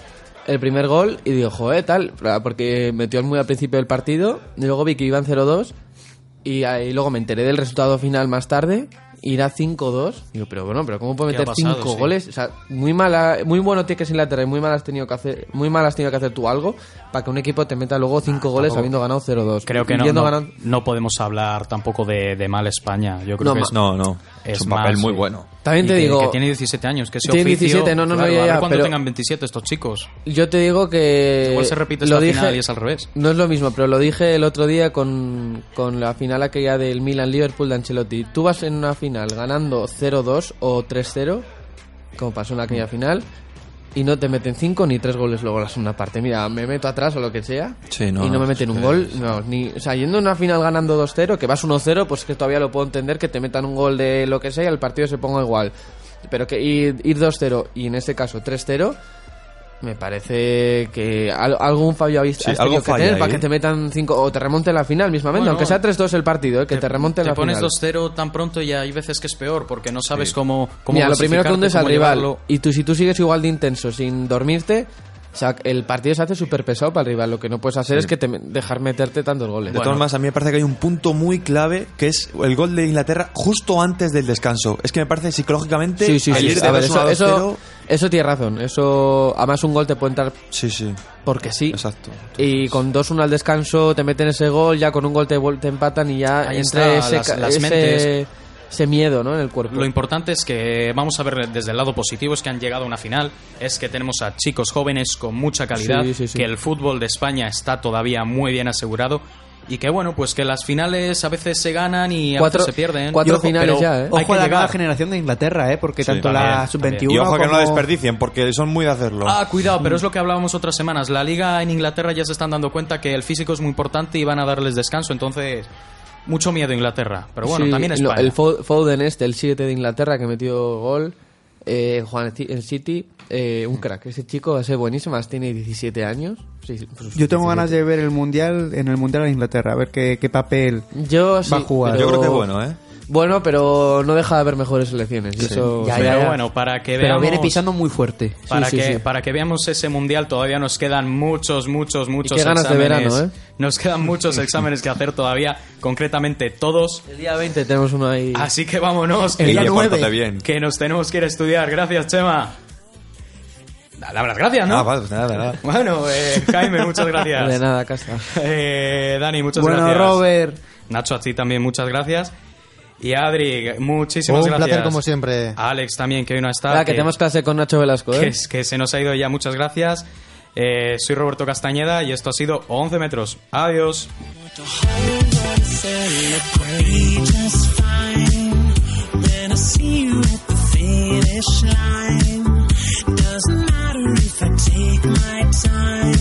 E: El primer gol y digo, joder, tal. Porque metió muy al principio del partido. Y luego vi que iban 0-2. Y ahí luego me enteré del resultado final más tarde. Y era 5-2. Digo, pero bueno, pero ¿cómo puede
B: ¿Qué ha
E: meter
B: pasado,
E: 5
B: sí?
E: goles? O sea, muy mala, muy bueno tienes que es Inglaterra y muy mal has tenido que hacer, muy mal has tenido que hacer tú algo para que un equipo te meta luego 5 goles habiendo ganado 0-2.
B: Ah, Creo que no,
E: Yendo
B: no,
E: ganando-
B: no podemos hablar tampoco de, de mal España. Yo creo
E: No,
B: que
E: ma-
B: es,
D: No, no.
B: Es
D: Es un papel
B: más,
D: muy
B: sí.
D: bueno.
E: También
B: y
E: te
B: que-
E: digo.
B: Que tiene 17 años, que ese
E: Tiene
B: oficio...
E: 17, no, no, no,
B: claro,
E: ya,
B: a ver
E: ya,
B: cuando
E: pero-
B: tengan 27 estos chicos.
E: Yo te digo que.
B: Igual se repite
E: lo
B: esta
E: dije-
B: final y es al revés.
E: No es lo mismo, pero lo dije el otro día con, con la final aquella del Milan-Liverpool de Ancelotti. Tú vas en una final ganando 0-2 o 3-0, como pasó en aquella final, y no te meten 5 ni 3 goles luego en la segunda parte. Mira, me meto atrás o lo que sea,
D: Sí, no,
E: y no me
D: es
E: meten un
D: que-
E: gol. No, ni, o sea, yendo a una final ganando 2-0, que vas 1-0, pues que todavía lo puedo entender, que te metan un gol de lo que sea y el partido se ponga igual. Pero que ir, ir 2-0 y en este caso 3-0 Me parece que al- algún fallo habéis
D: Sí,
E: has
D: algo
E: tenido que
D: falla
E: tener
D: ahí.
E: para que te metan 5 o te remonte la final mismamente,
B: Bueno,
E: aunque sea 3-2 el partido, eh, que te, remonte
B: Te
E: la
B: pones
E: final.
B: 2-0 tan pronto y hay veces que es peor porque no sabes cómo, cómo.
E: Mira, lo primero que
B: clasificarte,
E: hunde es al
B: cómo
E: rival.
B: llevarlo.
E: Y tú, si tú sigues igual de intenso, sin dormirte, o sea, el partido se hace súper pesado para el rival. Lo que no puedes hacer es que te me- dejar meterte tantos goles.
D: De todas maneras, a mí me parece que hay un punto muy clave que es el gol de Inglaterra justo antes del descanso. Es que me parece psicológicamente
E: sí, sí,
D: el
E: sí.
D: ir de
E: A ver,
D: 2 a
E: eso,
D: 2-0.
E: eso, eso tiene razón. Eso, además, un gol te puede entrar
D: Sí, sí,
E: porque sí.
D: exacto.
E: Y con 2-1 al descanso te meten ese gol, ya con un gol te, vol- te empatan y ya
B: Ahí
E: entra
B: está,
E: ese,
B: las-
E: ca-
B: las
E: ese-
B: mentes.
E: ese miedo ¿no? en el cuerpo.
B: Lo importante es que, vamos a ver desde el lado positivo, es que han llegado a una final, es que tenemos a chicos jóvenes con mucha calidad,
E: Sí, sí, sí.
B: que el fútbol de España está todavía muy bien asegurado y que, bueno, pues que las finales a veces se ganan y a
E: Cuatro-
B: veces se pierden.
E: cuatro
B: Y ojo,
E: finales
B: pero
E: ya, ¿eh?
B: Hay que
F: Ojo a la nueva
B: llegar.
F: generación de Inglaterra, ¿eh? Porque
D: Sí,
F: tanto la
B: también,
F: sub-21
D: Y ojo que no la
F: como-
D: desperdicien porque son muy de hacerlo.
B: Ah, cuidado, pero es lo que hablábamos otras semanas. La liga en Inglaterra ya se están dando cuenta que el físico es muy importante y van a darles descanso, entonces mucho miedo Inglaterra. Pero bueno,
E: Sí,
B: también
E: lo-
B: España.
E: el Fo- Foden este, el 7 de Inglaterra que metió gol. Eh, Juan, el City, eh, un crack. Ese chico va a ser buenísimo. además Tiene 17 años. Sí, pues,
F: Yo tengo
E: 17.
F: ganas de ver el mundial en el mundial de Inglaterra, a ver qué, qué papel.
E: Yo sí,
F: a jugar.
E: pero-
D: Yo creo que es bueno, ¿eh?
E: Bueno, pero no deja de haber mejores selecciones. y eso-
F: Ya,
B: Pero bueno, para que
F: Pero
B: veamos...
F: viene pisando muy fuerte.
B: Para,
E: Sí, sí,
B: que,
E: sí.
B: para que veamos ese mundial todavía nos quedan muchos, muchos, muchos
E: qué ganas de
B: exámenes.
E: verano, ¿eh?
B: Nos quedan muchos exámenes que hacer todavía, concretamente todos.
E: El día 20 tenemos uno ahí.
B: Así que vámonos, que,
D: y
B: ya-
D: que pórtate bien.
B: que nos tenemos que ir a estudiar. Gracias, Chema. Da- Dame las gracias, ¿no?
D: Ah, vale, pues nada, nada.
B: Bueno, eh, Jaime, muchas gracias.
E: De nada, casa.
B: (laughs) Eh, Dani, muchas
F: bueno,
B: gracias.
F: Robert.
B: Nacho, a ti también muchas gracias. Y Adri, muchísimas
L: Un
B: gracias.
L: placer como siempre.
B: A Alex también, que hoy no está.
E: Ah, que tenemos clase con Nacho Velasco,
B: que,
E: ¿eh?
B: es- que se nos ha ido ya, muchas gracias. Eh, soy Roberto Castañeda y esto ha sido 11 metros. Adiós.
G: Doesn't matter if I take my time